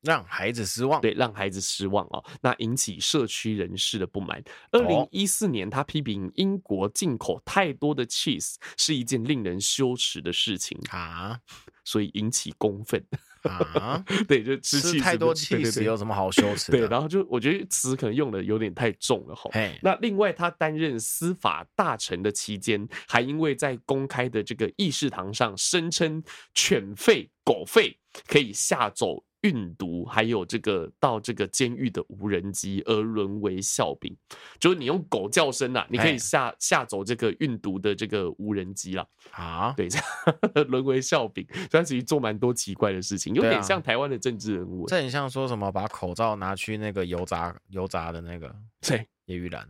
Speaker 2: 让孩子失望，
Speaker 1: 对，让孩子失望哦，那引起社区人士的不满。二
Speaker 2: 哦
Speaker 1: 零一四年，他批评英国进口太多的 cheese 是一件令人羞耻的事情，
Speaker 2: 啊
Speaker 1: 所以引起公愤。
Speaker 2: 啊，
Speaker 1: 对，就吃
Speaker 2: 吃
Speaker 1: cheese
Speaker 2: 太多
Speaker 1: 不对
Speaker 2: 气
Speaker 1: 对
Speaker 2: 死
Speaker 1: 对
Speaker 2: 有什么好羞耻
Speaker 1: 对，
Speaker 2: 的？
Speaker 1: 然后就我觉得词可能用的有点太重了吼。
Speaker 2: 嘿，
Speaker 1: 那另外，他担任司法大臣的期间，还因为在公开的这个议事堂上声称犬吠、狗吠可以吓走运毒，还有这个到这个监狱的无人机，而沦为笑柄。就是你用狗叫声啊，你可以
Speaker 2: 哎
Speaker 1: 吓吓走这个运毒的这个无人机啦。
Speaker 2: 啊，
Speaker 1: 对，这样 沦为笑柄，所以他其实做蛮多奇怪的事情，有
Speaker 2: 对啊
Speaker 1: 点像台湾的政治人物。
Speaker 2: 这很像说什么把口罩拿去那个油炸油炸的那个
Speaker 1: 对
Speaker 2: 叶玉兰，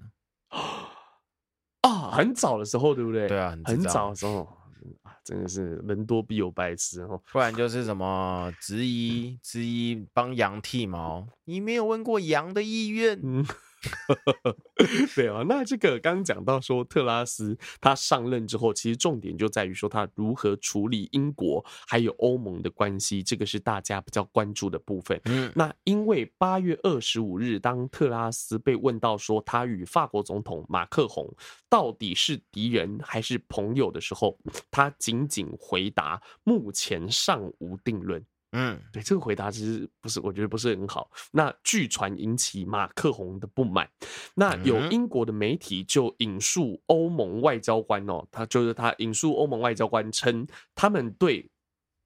Speaker 1: 啊，很早的时候，对不对？
Speaker 2: 对啊，很智
Speaker 1: 很
Speaker 2: 障
Speaker 1: 早的时候啊，真的是人多必有白痴哦。
Speaker 2: 不然就是什么质疑质疑帮羊剃毛，你没有问过羊的意愿，
Speaker 1: 嗯，对啊，那这个刚刚讲到说特拉斯他上任之后，其实重点就在于说他如何处理英国还有欧盟的关系，这个是大家比较关注的部分。
Speaker 2: 嗯，
Speaker 1: 那因为八月二十五日，当特拉斯被问到说他与法国总统马克宏到底是敌人还是朋友的时候，他仅仅回答目前尚无定论。
Speaker 2: 嗯，
Speaker 1: 对这个回答其实不是，我觉得不是很好。那据传引起马克宏的不满，那有
Speaker 2: 嗯
Speaker 1: 英国的媒体就引述欧盟外交官哦，他就是他引述欧盟外交官称，他们对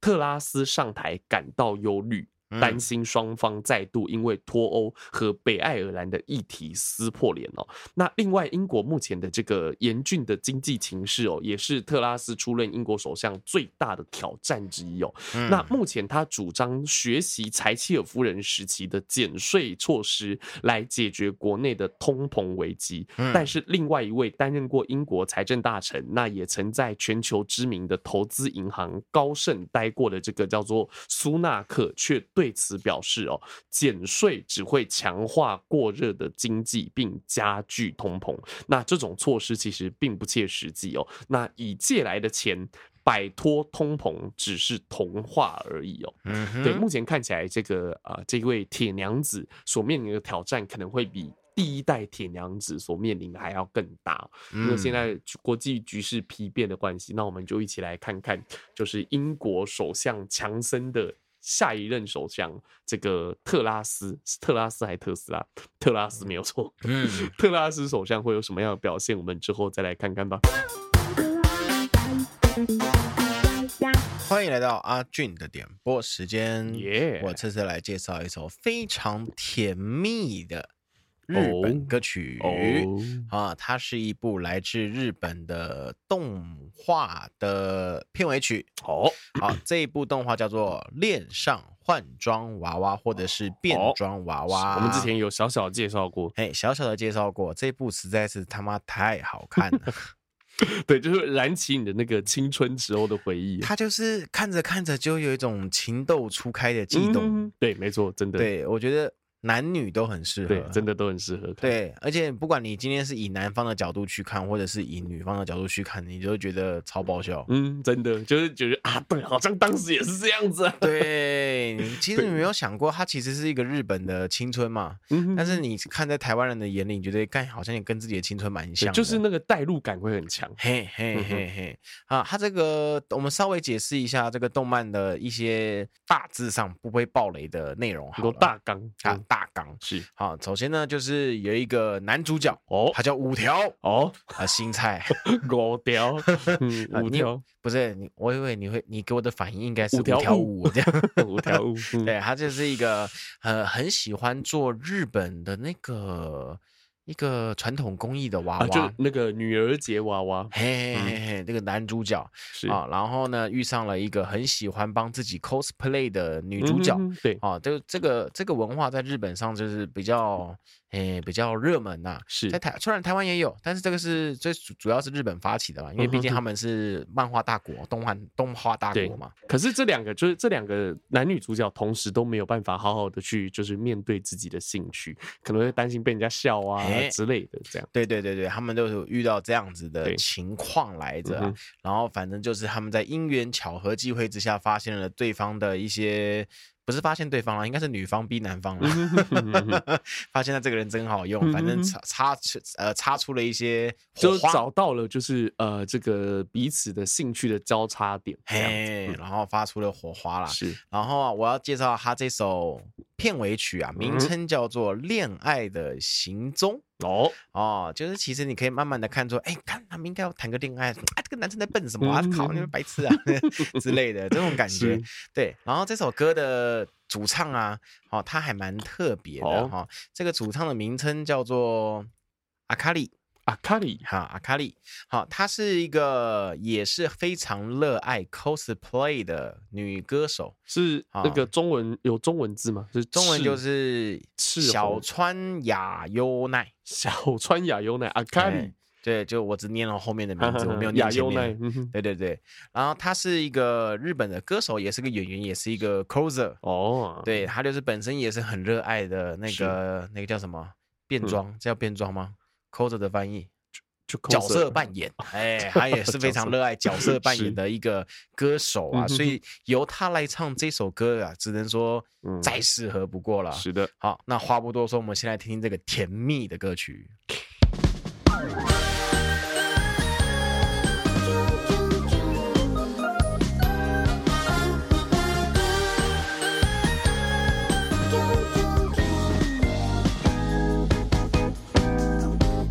Speaker 1: 特拉斯上台感到忧虑，
Speaker 2: 嗯
Speaker 1: 担心双方再度因为脱欧和北爱尔兰的议题撕破脸哦。那另外，英国目前的这个严峻的经济情势哦，也是特拉斯出任英国首相最大的挑战之一哦。
Speaker 2: 嗯
Speaker 1: 那目前他主张学习柴契尔夫人时期的减税措施来解决国内的通膨危机，
Speaker 2: 嗯
Speaker 1: 但是另外一位担任过英国财政大臣，那也曾在全球知名的投资银行高盛待过的这个叫做苏纳克，却对。对此表示哦，减税只会强化过热的经济，并加剧通膨。那这种措施其实并不切实际哦。那以借来的钱。摆脱通膨只是童话而已哦。
Speaker 2: 嗯哼
Speaker 1: 对，目前看起来这个啊、呃这位铁娘子所面临的挑战可能会比。第一代铁娘子所面临的还要更大哦，因为
Speaker 2: 嗯
Speaker 1: 现在国际局势疲变的关系，那我们就一起来看看，就是英国首相强森的下一任首相这个特拉斯，是特拉斯还是特斯拉？特拉斯没有错，
Speaker 2: 嗯，
Speaker 1: 特拉斯首相会有什么样的表现，我们之后再来看看吧。
Speaker 2: 欢迎来到阿俊的点播时间。
Speaker 1: 耶
Speaker 2: 我这次来介绍一首非常甜蜜的日
Speaker 1: 哦
Speaker 2: 本歌曲。啊，它是一部来自日本的动画的片尾曲。
Speaker 1: 哦，
Speaker 2: 好，这一部动画叫做《恋上换装娃娃》或者是《变
Speaker 1: 好
Speaker 2: 装娃娃》。
Speaker 1: 我们之前有小小介绍过，
Speaker 2: 哎小小的介绍过，这部实在是他妈太好 看了。
Speaker 1: 对，就是燃起你的那个青春时候的回忆。
Speaker 2: 它就是看着看着就有一种情窦初开的悸动。
Speaker 1: 嗯，对，没错，真的，
Speaker 2: 对，我觉得男女都很适合，
Speaker 1: 对，真的都很适合看。，
Speaker 2: 对，而且不管你今天是以男方的角度去看，或者是以女方的角度去看，你就会觉得超爆笑。
Speaker 1: 嗯，真的就是觉得啊，对，好像当时也是这样 子啊。
Speaker 2: 对，你其实
Speaker 1: 对
Speaker 2: 你没有想过，它其实是一个日本的青春嘛，
Speaker 1: 嗯
Speaker 2: 但是你看在台湾人的眼里，你觉得干好像也跟自己的青春蛮
Speaker 1: 对
Speaker 2: 像，
Speaker 1: 就是。那个代入感会很强。
Speaker 2: 嘿嘿
Speaker 1: 嗯哼
Speaker 2: 嘿嘿啊！它这个我们稍微解释一下这个动漫的一些大致上不会爆雷的内容
Speaker 1: 很
Speaker 2: 好
Speaker 1: 多
Speaker 2: 了。
Speaker 1: 大纲
Speaker 2: 啊
Speaker 1: 嗯
Speaker 2: 大纲
Speaker 1: 是
Speaker 2: 好，首先呢就是有一个男主角，
Speaker 1: 哦
Speaker 2: 他叫五条
Speaker 1: 哦，
Speaker 2: 啊，新菜
Speaker 1: 五条，嗯，
Speaker 2: 啊
Speaker 1: 五
Speaker 2: 你
Speaker 1: 条，
Speaker 2: 不是你，我以为你会，你给我的反应应该是
Speaker 1: 五
Speaker 2: 五
Speaker 1: 条
Speaker 2: 条
Speaker 1: 悟
Speaker 2: 悟这样。
Speaker 1: 五条 悟， 嗯
Speaker 2: 对，他就是一个呃很喜欢做日本的那个一个传统工艺的娃
Speaker 1: 啊，
Speaker 2: 娃
Speaker 1: 就，那个女儿节娃娃
Speaker 2: 嘿嘿嘿嘿，那个男主角
Speaker 1: 嗯是
Speaker 2: 啊，然后呢遇上了一个很喜欢帮自己 cosplay 的女主角。
Speaker 1: 嗯对，
Speaker 2: 啊，就这个这个文化在日本上就是比较，诶、比较热门呐、
Speaker 1: 是
Speaker 2: 在台虽然台湾也有，但是这个是最主主要是日本发起的嘛，因为
Speaker 1: 嗯
Speaker 2: 毕
Speaker 1: 哼
Speaker 2: 竟
Speaker 1: 哼
Speaker 2: 他们是漫画大国，动画动画大
Speaker 1: 对
Speaker 2: 国嘛。
Speaker 1: 可是这两个就是这两个男女主角同时都没有办法好好的去就是面对自己的兴趣，可能会担心被人家笑啊
Speaker 2: 哎
Speaker 1: 之类的，这样
Speaker 2: 对对对对，他们都有遇到这样子的
Speaker 1: 对
Speaker 2: 情况来着啊、
Speaker 1: 嗯哼
Speaker 2: 然后反正就是他们在因缘巧合机会之下，发现了对方的一些，不是发现对方了，应该是女方逼男方嗯了， 发现他这个人真好用，反正
Speaker 1: 嗯嗯哼
Speaker 2: 擦擦出呃擦出了一些
Speaker 1: 就
Speaker 2: 火
Speaker 1: 是
Speaker 2: 花，
Speaker 1: 找到了就是呃这个彼此的兴趣的交叉点，这样子
Speaker 2: 嘿
Speaker 1: 嗯，
Speaker 2: 然后发出了火花啦。
Speaker 1: 是
Speaker 2: 然后啊，我要介绍他这首片尾曲啊，名
Speaker 1: 嗯
Speaker 2: 称叫做《恋爱的行踪》。
Speaker 1: 哦，
Speaker 2: 哦，就是其实你可以慢慢的看出，哎，看他们应该要谈个恋爱，哎，这个男生在笨什么啊？
Speaker 1: 嗯
Speaker 2: 靠，你们白痴啊 之类的这种感觉
Speaker 1: 是。
Speaker 2: 对，然后这首歌的主唱啊，哦，他还蛮特别
Speaker 1: 哦
Speaker 2: 的哈、哦。这个主唱的名称叫做阿卡里，
Speaker 1: 阿啊卡里
Speaker 2: 哈，阿卡里，好，她是一个也是非常热爱 cosplay 的女歌手，
Speaker 1: 是
Speaker 2: 啊
Speaker 1: 那个中文有中文字吗？是
Speaker 2: 中文
Speaker 1: 赤
Speaker 2: 就是
Speaker 1: 赤
Speaker 2: 小
Speaker 1: 红
Speaker 2: 川雅优奈。
Speaker 1: 小川雅优奈阿卡里
Speaker 2: 哎，对，就我只念了后面的名字，我没 有念
Speaker 1: 雅
Speaker 2: 前
Speaker 1: 优奈
Speaker 2: 面，。
Speaker 1: 嗯哼
Speaker 2: 对对对，然后他是一个日本的歌手，也是个演员，也是一个 coser。
Speaker 1: 哦，
Speaker 2: 对他就是本身也是很热爱的那个那个叫什么
Speaker 1: 嗯
Speaker 2: 变装，这叫变装吗？coser 的翻译
Speaker 1: 就
Speaker 2: 角
Speaker 1: coser
Speaker 2: 色扮演， 哎，他也是非常热爱角色扮
Speaker 1: 哦是
Speaker 2: 演的一个歌手
Speaker 1: 嗯哼
Speaker 2: 啊，
Speaker 1: 哼
Speaker 2: 所以由他来唱这首歌啊，只能说
Speaker 1: 嗯
Speaker 2: 再适合不过了。
Speaker 1: 是的，
Speaker 2: 好，那话不多说，我们先来听听这个甜蜜的歌曲。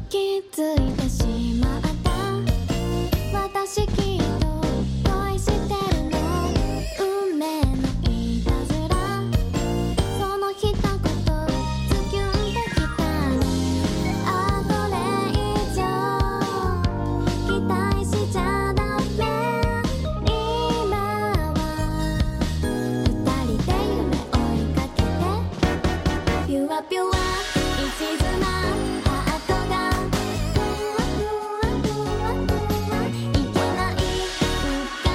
Speaker 3: 気づいてしまった私きっと恋してるの運命のいたずらその一言ズキュンできたあこれ以上期待しちゃダメ今は二人で夢追いかけてピュアピュア一途なハートがふわふわふわふわいけない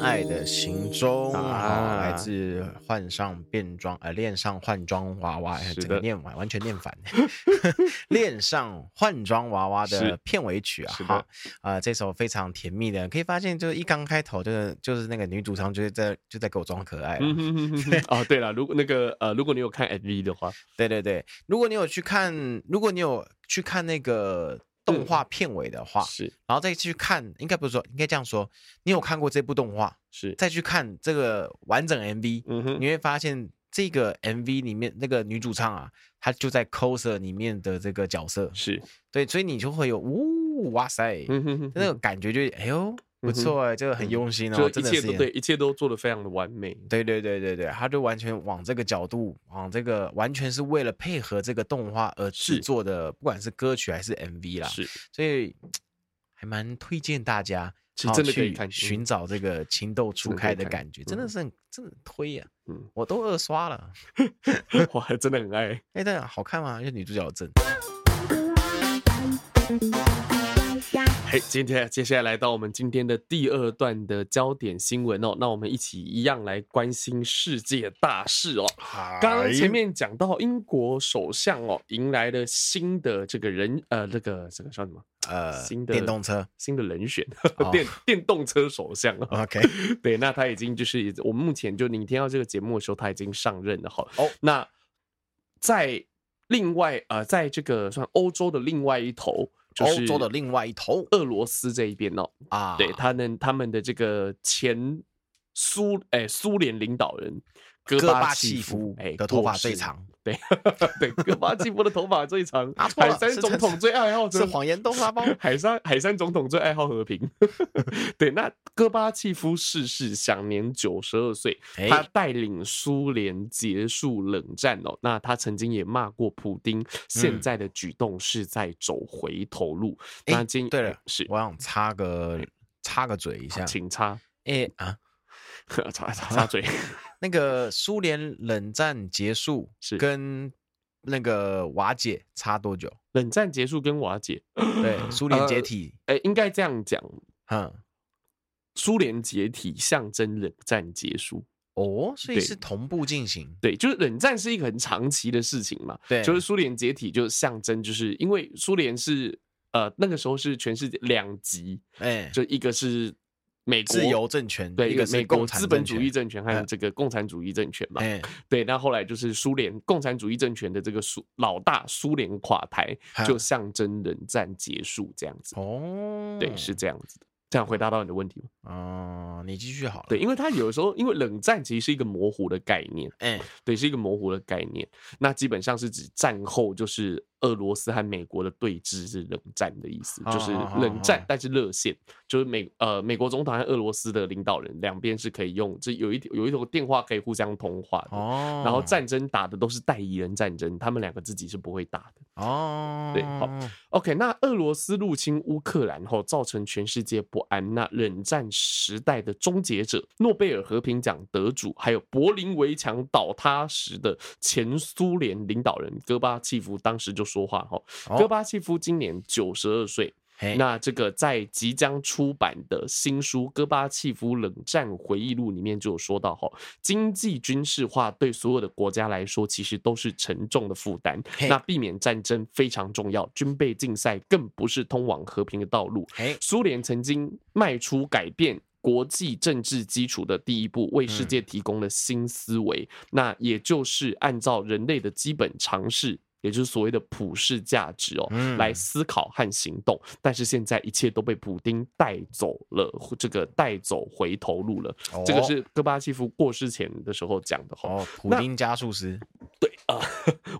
Speaker 2: 爱的行踪》啊，
Speaker 1: 啊
Speaker 2: 来自《换上变装》呃，《恋上换装娃娃》哎
Speaker 1: 是
Speaker 2: 整个
Speaker 1: 的
Speaker 2: 念完完全念反， 恋上换装娃娃》的
Speaker 1: 是
Speaker 2: 片尾曲啊，
Speaker 1: 是的
Speaker 2: 哈，啊，这首非常甜蜜的，可以发现就是一刚开头就是就是那个女主唱就是在就在给我装可爱啊，
Speaker 1: 嗯哼哼哼哼， 哦，对了，如果那个呃，如果你有看 MV 的话，
Speaker 2: 对对对，如果你有去看，如果你有去看那个动画片尾的话，
Speaker 1: 是
Speaker 2: 然后再去看，应该不是说，应该这样说，你有看过这部动画，
Speaker 1: 是，
Speaker 2: 再去看这个完整 MV，、
Speaker 1: 嗯
Speaker 2: 你
Speaker 1: 哼，
Speaker 2: 会发现这个 MV 里面那个女主唱啊，她就在 coser 里面的这个角色，
Speaker 1: 是，
Speaker 2: 对，所以你就会有呜哇塞，
Speaker 1: 嗯哼哼
Speaker 2: 那
Speaker 1: 哼，
Speaker 2: 个感觉就哎呦不错哎、这个很用心哦，
Speaker 1: 就
Speaker 2: 真
Speaker 1: 一
Speaker 2: 的
Speaker 1: 切
Speaker 2: 是
Speaker 1: 都对，一切都做的非常的完美，
Speaker 2: 对对对对对，他就完全往这个角度，往这个完全是为了配合这个动画而制
Speaker 1: 是
Speaker 2: 作的，不管是歌曲还是 MV 啦，
Speaker 1: 是
Speaker 2: 所以还蛮推荐大家
Speaker 1: 是
Speaker 2: 好
Speaker 1: 真的可以
Speaker 2: 去
Speaker 1: 看嗯
Speaker 2: 寻找这个情窦初开的
Speaker 1: 真的可以看
Speaker 2: 感觉，真的
Speaker 1: 嗯
Speaker 2: 是很真的很推呀、
Speaker 1: 嗯
Speaker 2: 我都二刷了，
Speaker 1: 哇，真的很爱，
Speaker 2: 哎，但好看吗？因为女主角正
Speaker 1: 嘿，今天接下来来到我们今天的第二段的焦点新闻哦，那我们一起一样来关心世界大事哦。刚刚前面讲到英国首相哦，迎来了新的这个人呃，那个这个叫什么？
Speaker 2: 呃
Speaker 1: 新的
Speaker 2: 电动车
Speaker 1: 新的人选
Speaker 2: 哦
Speaker 1: 电电动车首相啊。
Speaker 2: ，OK，
Speaker 1: 对，那他已经就是我们目前就你听到这个节目的时候，他已经上任了哈。
Speaker 2: 哦，
Speaker 1: 那在另外呃，在这个算欧洲的另外一头， 就
Speaker 2: 欧
Speaker 1: 是
Speaker 2: 洲的另外一头
Speaker 1: 俄罗斯这一边哦，
Speaker 2: 啊，
Speaker 1: 对他们他们的这个前苏哎苏联领导人戈
Speaker 2: 戈巴
Speaker 1: 契
Speaker 2: 契夫
Speaker 1: 哎
Speaker 2: 的头发
Speaker 1: 过世
Speaker 2: 最长，
Speaker 1: 对 对，戈巴契夫的头发最长，
Speaker 2: 啊错了
Speaker 1: 海山
Speaker 2: 是
Speaker 1: 总
Speaker 2: 陈
Speaker 1: 统最爱好
Speaker 2: 是谎言豆沙包
Speaker 1: 海山海山总统最爱好和平。 对，那戈巴契夫逝世，享年九十二岁。
Speaker 2: 哎
Speaker 1: 他带领苏联结束冷战哦。那他曾经也骂过普丁，现在的举动是在走回头路。
Speaker 2: 嗯哎
Speaker 1: 那今嗯
Speaker 2: 对了
Speaker 1: 是嗯
Speaker 2: 我想插个插个嘴一下，
Speaker 1: 请插
Speaker 2: 哎啊，
Speaker 1: 插插插嘴。
Speaker 2: 那个苏联冷战结束
Speaker 1: 是
Speaker 2: 跟那个瓦解差多久？
Speaker 1: 冷战结束跟瓦解，
Speaker 2: 对，苏联解
Speaker 1: 呃
Speaker 2: 体，
Speaker 1: 呃，应该这样讲，
Speaker 2: 嗯，
Speaker 1: 苏联解体象征冷战结束。
Speaker 2: 哦，所以
Speaker 1: 对
Speaker 2: 是同步进行，
Speaker 1: 对，就是冷战是一个很长期的事情嘛。
Speaker 2: 对，
Speaker 1: 就是苏联解体，就象征就是因为苏联是呃那个时候是全世界两极，
Speaker 2: 哎，
Speaker 1: 就一个是美国
Speaker 2: 自由政权，
Speaker 1: 对
Speaker 2: 一个是
Speaker 1: 美国
Speaker 2: 共产
Speaker 1: 资本
Speaker 2: 政
Speaker 1: 主义政权还有
Speaker 2: 嗯
Speaker 1: 这个共产主义政权嘛。
Speaker 2: 权，哎，
Speaker 1: 对，那后来就是苏联共产主义政权的这个苏老大苏联垮台
Speaker 2: 嗯，
Speaker 1: 就象征冷战结束这样子。
Speaker 2: 哦，
Speaker 1: 对，是，这样子的。这样回答到你的问题吗？
Speaker 2: 哦，你继续好了，
Speaker 1: 对，，因为它有的时候，因为冷战其实是一个模糊的概念，
Speaker 2: 哎，
Speaker 1: 对，是一个模糊的概念。那基本上是指战后就是俄罗斯和美国的对峙是冷战的意思，就是
Speaker 2: 哦哦哦
Speaker 1: 冷战
Speaker 2: 哦，
Speaker 1: 但是热线，就是美呃美国总统和俄罗斯的领导人两边是可以用，这有一有一头电话可以互相通话的。
Speaker 2: 哦，
Speaker 1: 然后，战争打的都是代理人战争，他们两个自己是不会打的。
Speaker 2: 哦，
Speaker 1: 对好，OK，那俄罗斯入侵乌克兰后，造成全世界不安。那冷战时代的终结者、诺贝尔和平奖得主，还有柏林围墙倒塌时的前苏联领导人戈巴契夫，当时就说话哈。
Speaker 2: 哦
Speaker 1: 戈，巴契夫今年九十二岁。
Speaker 2: 嘿
Speaker 1: 那这个在即将出版的新书《戈巴契夫冷战回忆录》里面就有说到哈，经济军事化对所有的国家来说其实都是沉重的负担
Speaker 2: 嘿，
Speaker 1: 那避免战争非常重要，军备竞赛更不是通往和平的道路。
Speaker 2: 哎，
Speaker 1: 苏联曾经迈出改变。国际政治基础的第一步，为
Speaker 2: 嗯
Speaker 1: 世界提供了新思维，那也就是按照人类的基本常识，也就是所谓的普世价值哦，
Speaker 2: 嗯
Speaker 1: 来思考和行动。但是现在一切都被普丁带走了，这个带走回头路了。这个
Speaker 2: 哦
Speaker 1: 是戈巴契夫过世前的时候讲的哈、
Speaker 2: 哦，普
Speaker 1: 那
Speaker 2: 丁加速师，
Speaker 1: 啊，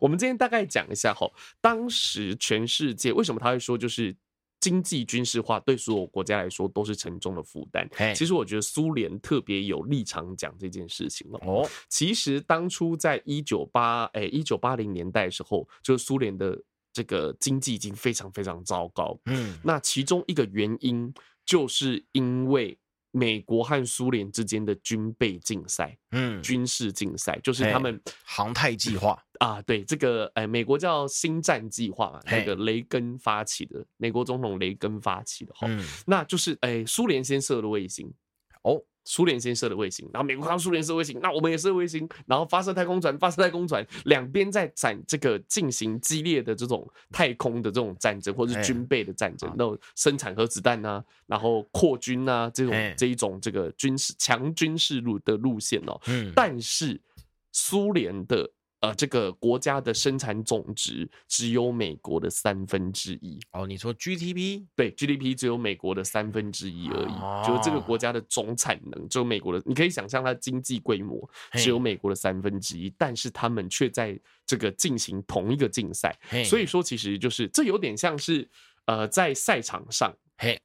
Speaker 1: 我们今天大概讲一下哈，当时全世界为什么他会说就是经济军事化对所有国家来说都是沉重的负担
Speaker 2: 嘿。
Speaker 1: 其实我觉得苏联特别有立场讲这件事情哦。
Speaker 2: 哦，
Speaker 1: 其实当初在一九八哎一九八零年代的时候，就是苏联的这个经济已经非常非常糟糕，
Speaker 2: 嗯，
Speaker 1: 那其中一个原因就是因为美国和苏联之间的军备竞赛、
Speaker 2: 嗯，
Speaker 1: 军事竞赛，就是
Speaker 2: 嘿
Speaker 1: 他们。
Speaker 2: 航太计划，
Speaker 1: 啊，对这个，哎，美国叫星战计划嘛，
Speaker 2: 嘿
Speaker 1: 那个雷根发起的，美国总统雷根发起的哈，
Speaker 2: 嗯，
Speaker 1: 那就是哎，苏联先射了卫星，
Speaker 2: 哦，
Speaker 1: 苏联先射的卫星，然后美国看到苏联射卫星，那我们也射卫星，然后发射太空船，发射太空船，两边在展这个进行激烈的这种太空的这种战争，或是
Speaker 2: 哎
Speaker 1: 军备的战争，那种生产核子弹啊，然后扩军啊这
Speaker 2: 哎
Speaker 1: 种这一种这个军事强军事路的路线哦，
Speaker 2: 嗯，
Speaker 1: 但是苏联的呃这个国家的生产总值只有美国的三分之一，
Speaker 2: 哦，你说 GDP
Speaker 1: 对 GDP 只有美国的三分之一而
Speaker 2: 哦
Speaker 1: 已，就是这个国家的总产能只有美国的，你可以想象它经济规模只有
Speaker 2: 嘿
Speaker 1: 美国的三分之一，但是他们却在这个进行同一个竞赛，
Speaker 2: 嘿
Speaker 1: 所以说其实就是这有点像是呃在赛场上
Speaker 2: 嘿，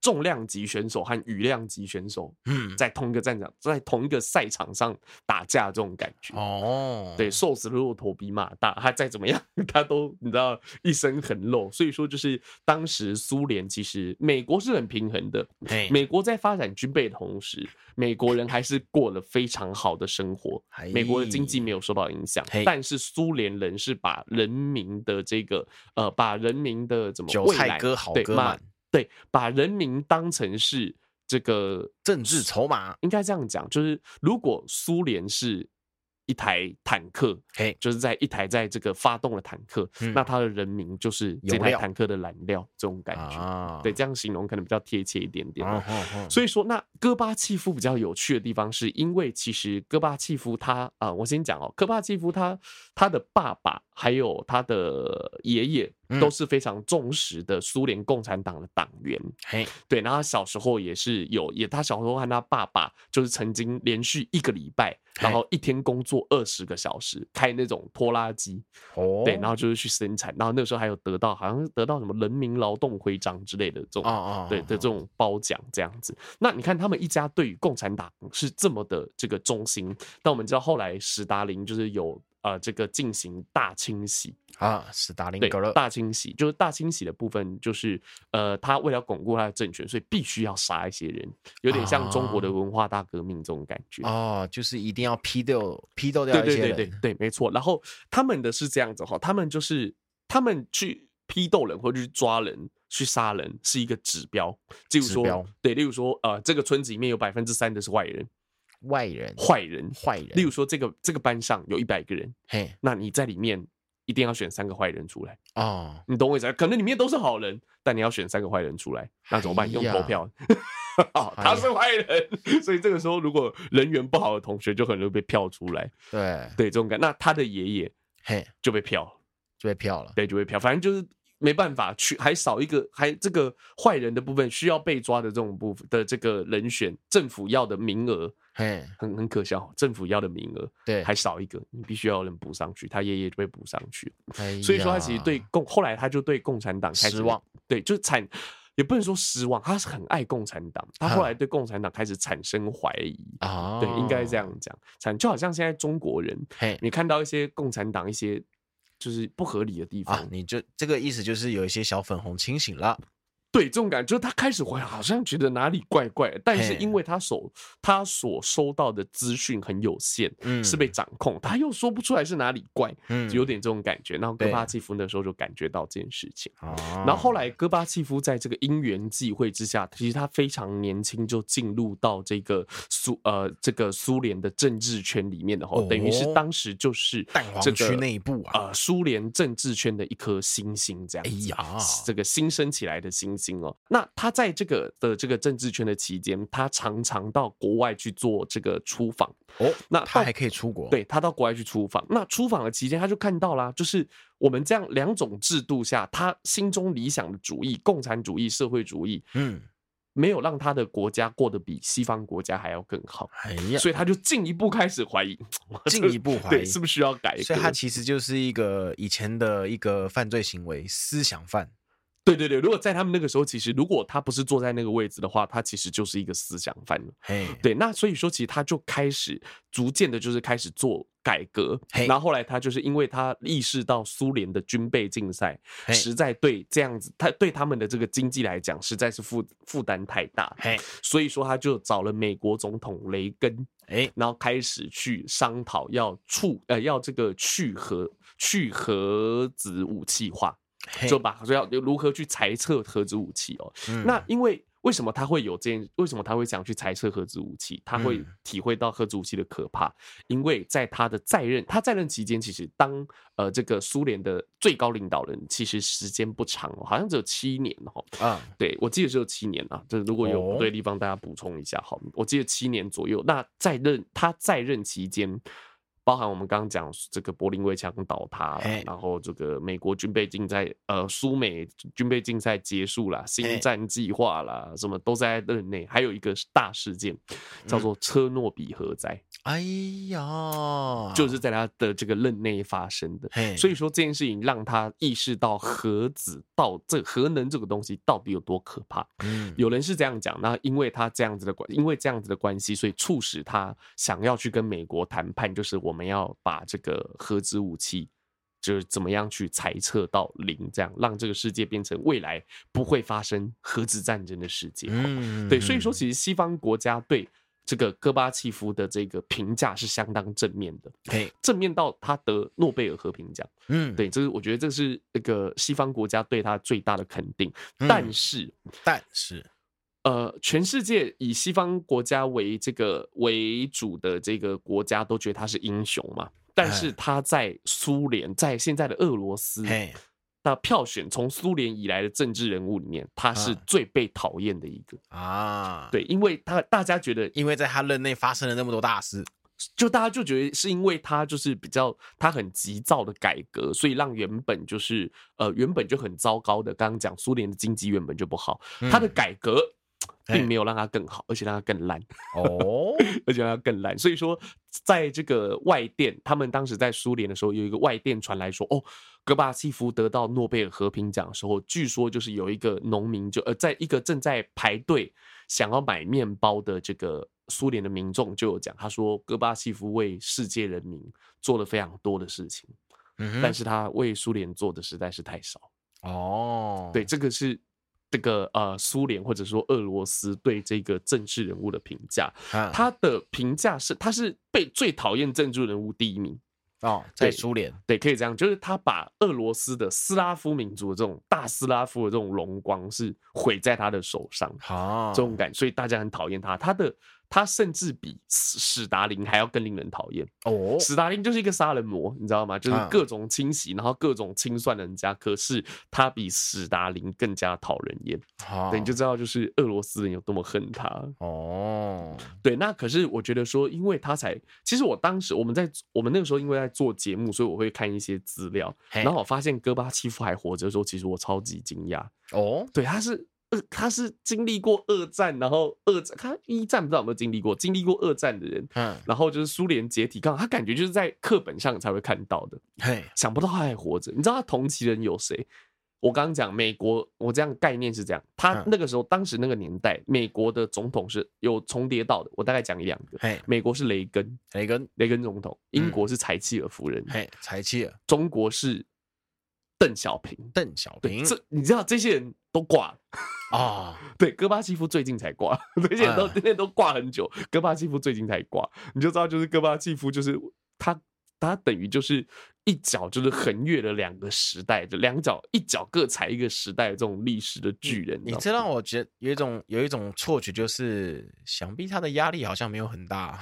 Speaker 1: 重量级选手和羽量级选手
Speaker 2: 嗯，
Speaker 1: 在同一个战场，在同一个赛场上打架这种感觉。
Speaker 2: 哦，
Speaker 1: 对，，瘦死的骆驼比马大，他再怎么样， 他都你知道一身很肉，所以说就是当时苏联其实美国是很平衡的，
Speaker 2: 嘿，
Speaker 1: 美国在发展军备的同时，美国人还是过了非常好的生活
Speaker 2: 哎，
Speaker 1: 美国的经济没有受到影响
Speaker 2: 嘿，
Speaker 1: 但是苏联人是把人民的这个呃，把人民的怎么
Speaker 2: 韭
Speaker 1: 未
Speaker 2: 菜
Speaker 1: 来
Speaker 2: 割好
Speaker 1: 对
Speaker 2: 割
Speaker 1: 把
Speaker 2: 满
Speaker 1: 对，把人民当成是这个
Speaker 2: 政治筹码，
Speaker 1: 应该这样讲，就是如果苏联是一台坦克，
Speaker 2: 嘿，
Speaker 1: 就是在一台在这个发动了坦克，
Speaker 2: 嗯
Speaker 1: 那它的人民就是这
Speaker 2: 油
Speaker 1: 台
Speaker 2: 料
Speaker 1: 坦克的燃料，这种感觉。
Speaker 2: 啊
Speaker 1: 对，，这样形容可能比较贴切一点点。
Speaker 2: 哦哦哦
Speaker 1: 所以说，那戈巴契夫比较有趣的地方，是因为其实戈巴契夫他啊、我先讲哦，戈巴契夫他他的爸爸还有他的爷爷
Speaker 2: 嗯
Speaker 1: 都是非常忠实的苏联共产党的党员。
Speaker 2: 嘿，
Speaker 1: 对，然后他小时候也是有，也他小时候和他爸爸就是曾经连续一个礼拜，然
Speaker 2: 嘿
Speaker 1: 后一天工作二十个小时，开那种拖拉机，
Speaker 2: 哦，
Speaker 1: 对，然后就是去生产，然后那个时候还有得到好像是得到什么人民劳动徽章之类的这种
Speaker 2: 哦哦，
Speaker 1: 对的这种褒奖这样子。那你看他们一家对于共产党是这么的这个忠心，但我们知道后来史达林就是有呃这个进行大清洗，
Speaker 2: 啊，斯大林
Speaker 1: 对
Speaker 2: 格勒，
Speaker 1: 大清洗就是大清洗的部分，就是呃他为了巩固他的政权，所以必须要杀一些人，有点像中国的文化大革命这种感觉。
Speaker 2: 哦，就是一定要批掉批斗
Speaker 1: 对
Speaker 2: 掉一
Speaker 1: 对
Speaker 2: 些
Speaker 1: 对
Speaker 2: 人，
Speaker 1: 对对，没错。然后他们的是这样子哈，他们就是他们去批斗人或者去抓人、去杀人是一个指标，例如
Speaker 2: 指标
Speaker 1: 说，对，例如说，呃，这个村子里面有百分之三的是坏人，
Speaker 2: 外人
Speaker 1: 坏人。
Speaker 2: 坏人，
Speaker 1: 例如说，这个这个班上有一百个人，
Speaker 2: 嘿，
Speaker 1: 那你在里面一定要选三个坏人出来，
Speaker 2: 哦，
Speaker 1: 你懂我意思啊？可能里面都是好人，但你要选三个坏人出来，那怎么办？
Speaker 2: 哎
Speaker 1: 用
Speaker 2: 呀哎
Speaker 1: 投票。 哦他是坏人，所以这个时候如果人缘不好的同学就很容易被票出来，
Speaker 2: 对，
Speaker 1: 对这种感。那他的爷爷
Speaker 2: 嘿，
Speaker 1: 就被票，
Speaker 2: 就被票了，
Speaker 1: 对，就被票，反正就是没办法去，还少一个，还这个坏人的部分需要被抓的这种部分的这个人选，政府要的名额
Speaker 2: 嘿，
Speaker 1: 很很可笑，政府要的名额
Speaker 2: 对，
Speaker 1: 还少一个，你必须要有人补上去，他爷爷就被补上去，
Speaker 2: 哎
Speaker 1: 所以说他其实
Speaker 2: 呀
Speaker 1: 对共后来他就对共产党开始
Speaker 2: 失望，
Speaker 1: 对，就是产也不能说失望，他是很爱共产党，他
Speaker 2: 嗯
Speaker 1: 后来对共产党开始产生怀疑。
Speaker 2: 啊，
Speaker 1: 对，应该这，样讲，产就好像现在中国人，
Speaker 2: 嘿。
Speaker 1: 你看到一些共产党一些就是不合理的地方
Speaker 2: 啊，，你就这个意思就是有一些小粉红清醒了，
Speaker 1: 对，这种感觉，就是他开始会好像觉得哪里怪怪的，但是
Speaker 2: 嘿
Speaker 1: 因为他所他所收到的资讯很有限，
Speaker 2: 嗯，
Speaker 1: 是被掌控，他又说不出来是哪里怪，
Speaker 2: 嗯
Speaker 1: 有点这种感觉。然后戈
Speaker 2: 对啊
Speaker 1: 巴契夫那时候就感觉到这件事情。
Speaker 2: 哦，
Speaker 1: 然后后来戈巴契夫在这个因缘际会之下，其实他非常年轻就进入到这个苏呃这个苏联的政治圈里面的话，
Speaker 2: 哦
Speaker 1: 等于是当时就是
Speaker 2: 蛋黄
Speaker 1: 这个
Speaker 2: 区内部啊
Speaker 1: 呃苏联政治圈的一颗新星这样
Speaker 2: 哎
Speaker 1: 子。
Speaker 2: 呀，
Speaker 1: 这个新升起来的新星哦。那他在这个的这个政治圈的期间，他常常到国外去做这个出访，
Speaker 2: 哦，
Speaker 1: 那
Speaker 2: 他
Speaker 1: 到
Speaker 2: 还可以出国，
Speaker 1: 对他到国外去出访。那出访的期间，他就看到啦，就是我们这样两种制度下，他心中理想的主义，共产主义、社会主义，
Speaker 2: 嗯，
Speaker 1: 没有让他的国家过得比西方国家还要更好。
Speaker 2: 哎呀，
Speaker 1: 所以他就进一步开始怀疑，我这
Speaker 2: 进一步怀疑
Speaker 1: 对是不是需要改革？
Speaker 2: 所以他其实就是一个以前的一个犯罪行为，思想犯。
Speaker 1: 对对对，如果在他们那个时候，其实如果他不是坐在那个位置的话，他其实就是一个思想犯了。
Speaker 2: 嘿，
Speaker 1: 对，那所以说，其实他就开始逐渐的，就是开始做改革。
Speaker 2: 嘿
Speaker 1: 然后后来他就是因为他意识到苏联的军备竞赛
Speaker 2: 嘿
Speaker 1: 实在对这样子，他对他们的这个经济来讲实在是负负担太大，
Speaker 2: 嘿，
Speaker 1: 所以说他就找了美国总统雷根，
Speaker 2: 哎，
Speaker 1: 然后开始去商讨要处呃要这个去核去核子武器化，
Speaker 2: 嘿
Speaker 1: 就把说要如何去裁撤核子武器哦。
Speaker 2: 嗯
Speaker 1: 那因为。为什么他会有这件？为什么他会想去猜测核子武器？他会
Speaker 2: 嗯
Speaker 1: 体会到核子武器的可怕，因为在他的在任，他在任期间，其实当呃这个苏联的最高领导人，其实时间不长哦，好像只有七年哦。
Speaker 2: 啊，
Speaker 1: 对，我记得只有七年啊，这如果有
Speaker 2: 哦
Speaker 1: 不对的地方，大家补充一下好。我记得七年左右，那在任他在任期间，包含我们刚刚讲这个柏林围墙倒塌啦
Speaker 2: 嘿
Speaker 1: 然后这个美国军备竞赛，呃，苏美军备竞赛结束啦，
Speaker 2: 嘿
Speaker 1: 星战计划啦，什么都在任内，还有一个大事件
Speaker 2: 嗯
Speaker 1: 叫做车诺比核灾，
Speaker 2: 哎呀，
Speaker 1: 就是在他的这个任内发生的。
Speaker 2: 哦嘿，
Speaker 1: 所以说这件事情让他意识到核子到这核能这个东西到底有多可怕。
Speaker 2: 嗯
Speaker 1: 有人是这样讲，那因为他这样子的关，因为这样子的关系，所以促使他想要去跟美国谈判，就是我们要把这个核子武器，就是怎么样去裁撤到零，这样让这个世界变成未来不会发生核子战争的世界。
Speaker 2: 嗯
Speaker 1: 对，所以说
Speaker 2: 嗯
Speaker 1: 其实西方国家对这个戈巴契夫的这个评价是相当正面的，
Speaker 2: 嘿，
Speaker 1: 正面到他得诺贝尔和平奖。
Speaker 2: 嗯，
Speaker 1: 对，这是我觉得这是那个西方国家对他最大的肯定，
Speaker 2: 嗯
Speaker 1: 但是。
Speaker 2: 但是
Speaker 1: 呃，全世界以西方国家为这个为主的这个国家都觉得他是英雄嘛，但是
Speaker 2: 哎
Speaker 1: 他在苏联，在现在的俄罗斯，
Speaker 2: 嘿，
Speaker 1: 那票选从苏联以来的政治人物里面，他是
Speaker 2: 啊
Speaker 1: 最被讨厌的一个。
Speaker 2: 啊，，
Speaker 1: 对，因为他大家觉得，
Speaker 2: 因为在他任内发生了那么多大事，
Speaker 1: 就大家就觉得是因为他就是比较他很急躁的改革，所以让原本就是呃原本就很糟糕的，刚刚讲苏联的经济原本就不好，他的
Speaker 2: 嗯
Speaker 1: 改革
Speaker 2: 哎
Speaker 1: 并没有让它更好，而且让它更烂。
Speaker 2: 哦，
Speaker 1: 而且它更烂。所以说，在这个外电，他们当时在苏联的时候，有一个外电传来说，哦，戈巴契夫得到诺贝尔和平奖的时候，据说就是有一个农民就呃，在一个正在排队想要买面包的这个。苏联的民众就有讲，他说戈巴契夫为世界人民做了非常多的事情，
Speaker 2: 嗯
Speaker 1: 但
Speaker 2: 哼，
Speaker 1: 是他为苏联做的实在是太少。
Speaker 2: 哦，
Speaker 1: 对，，这个是这个呃苏联或者说俄罗斯对这个政治人物的评价。
Speaker 2: 啊
Speaker 1: 他的评价是，他是被最讨厌政治人物第一名。
Speaker 2: 哦，在
Speaker 1: 对
Speaker 2: 苏联，
Speaker 1: 对，可以这样，就是他把俄罗斯的斯拉夫民族的这种大斯拉夫的这种荣光是毁在他的手上，
Speaker 2: 好，
Speaker 1: 这种感，所以大家很讨厌他。他的他甚至比史史达林还要更令人讨厌。
Speaker 2: 哦，
Speaker 1: 史达林就是一个杀人魔，你知道吗？就是
Speaker 2: 啊
Speaker 1: 各种清洗，然后各种清算人家。可是他比史达林更加讨人厌，
Speaker 2: 好，
Speaker 1: 对，你就知道就是俄罗斯人有多么恨他。
Speaker 2: 哦，
Speaker 1: 对，那可是我觉得说，因为他才，其实我当时我们在我们那个时候因为在做节目，所以我会看一些资料，
Speaker 2: 嘿
Speaker 1: 然后我发现戈巴契夫还活着的时候，其实我超级惊讶，
Speaker 2: 哦，
Speaker 1: 对，他是。呃，他是经历过二战，然后二战，他一战不知道有没有经历过，经历过二战的人，
Speaker 2: 嗯，
Speaker 1: 然后就是苏联解体，刚好他感觉就是在课本上才会看到的，
Speaker 2: 嘿，
Speaker 1: 想不到他还活着。你知道他同期人有谁？我刚刚讲美国，我这样概念是这样，他
Speaker 2: 嗯
Speaker 1: 那个时候当时那个年代，美国的总统是有重叠到的，我大概讲一两个，
Speaker 2: 嘿，
Speaker 1: 美国是雷根，
Speaker 2: 雷根，
Speaker 1: 雷根总统；
Speaker 2: 嗯
Speaker 1: 英国是柴契尔夫人，
Speaker 2: 嘿，柴契尔，
Speaker 1: 中国是邓小平。
Speaker 2: 邓小
Speaker 1: 对，
Speaker 2: 平，
Speaker 1: 这你知道这些人都挂了，
Speaker 2: 啊，
Speaker 1: 对，戈巴契夫最近才挂， 这些人都
Speaker 2: 嗯
Speaker 1: 这些人都挂很久，戈巴契夫最近才挂，你就知道就是戈巴契夫就是他他等于就是一脚就是横越了两个时代，就两脚一脚各踩一个时代的这种历史的巨人，
Speaker 2: 嗯你这
Speaker 1: 吗
Speaker 2: 让我觉得有一种有一种错觉，就是想必他的压力好像没有很大，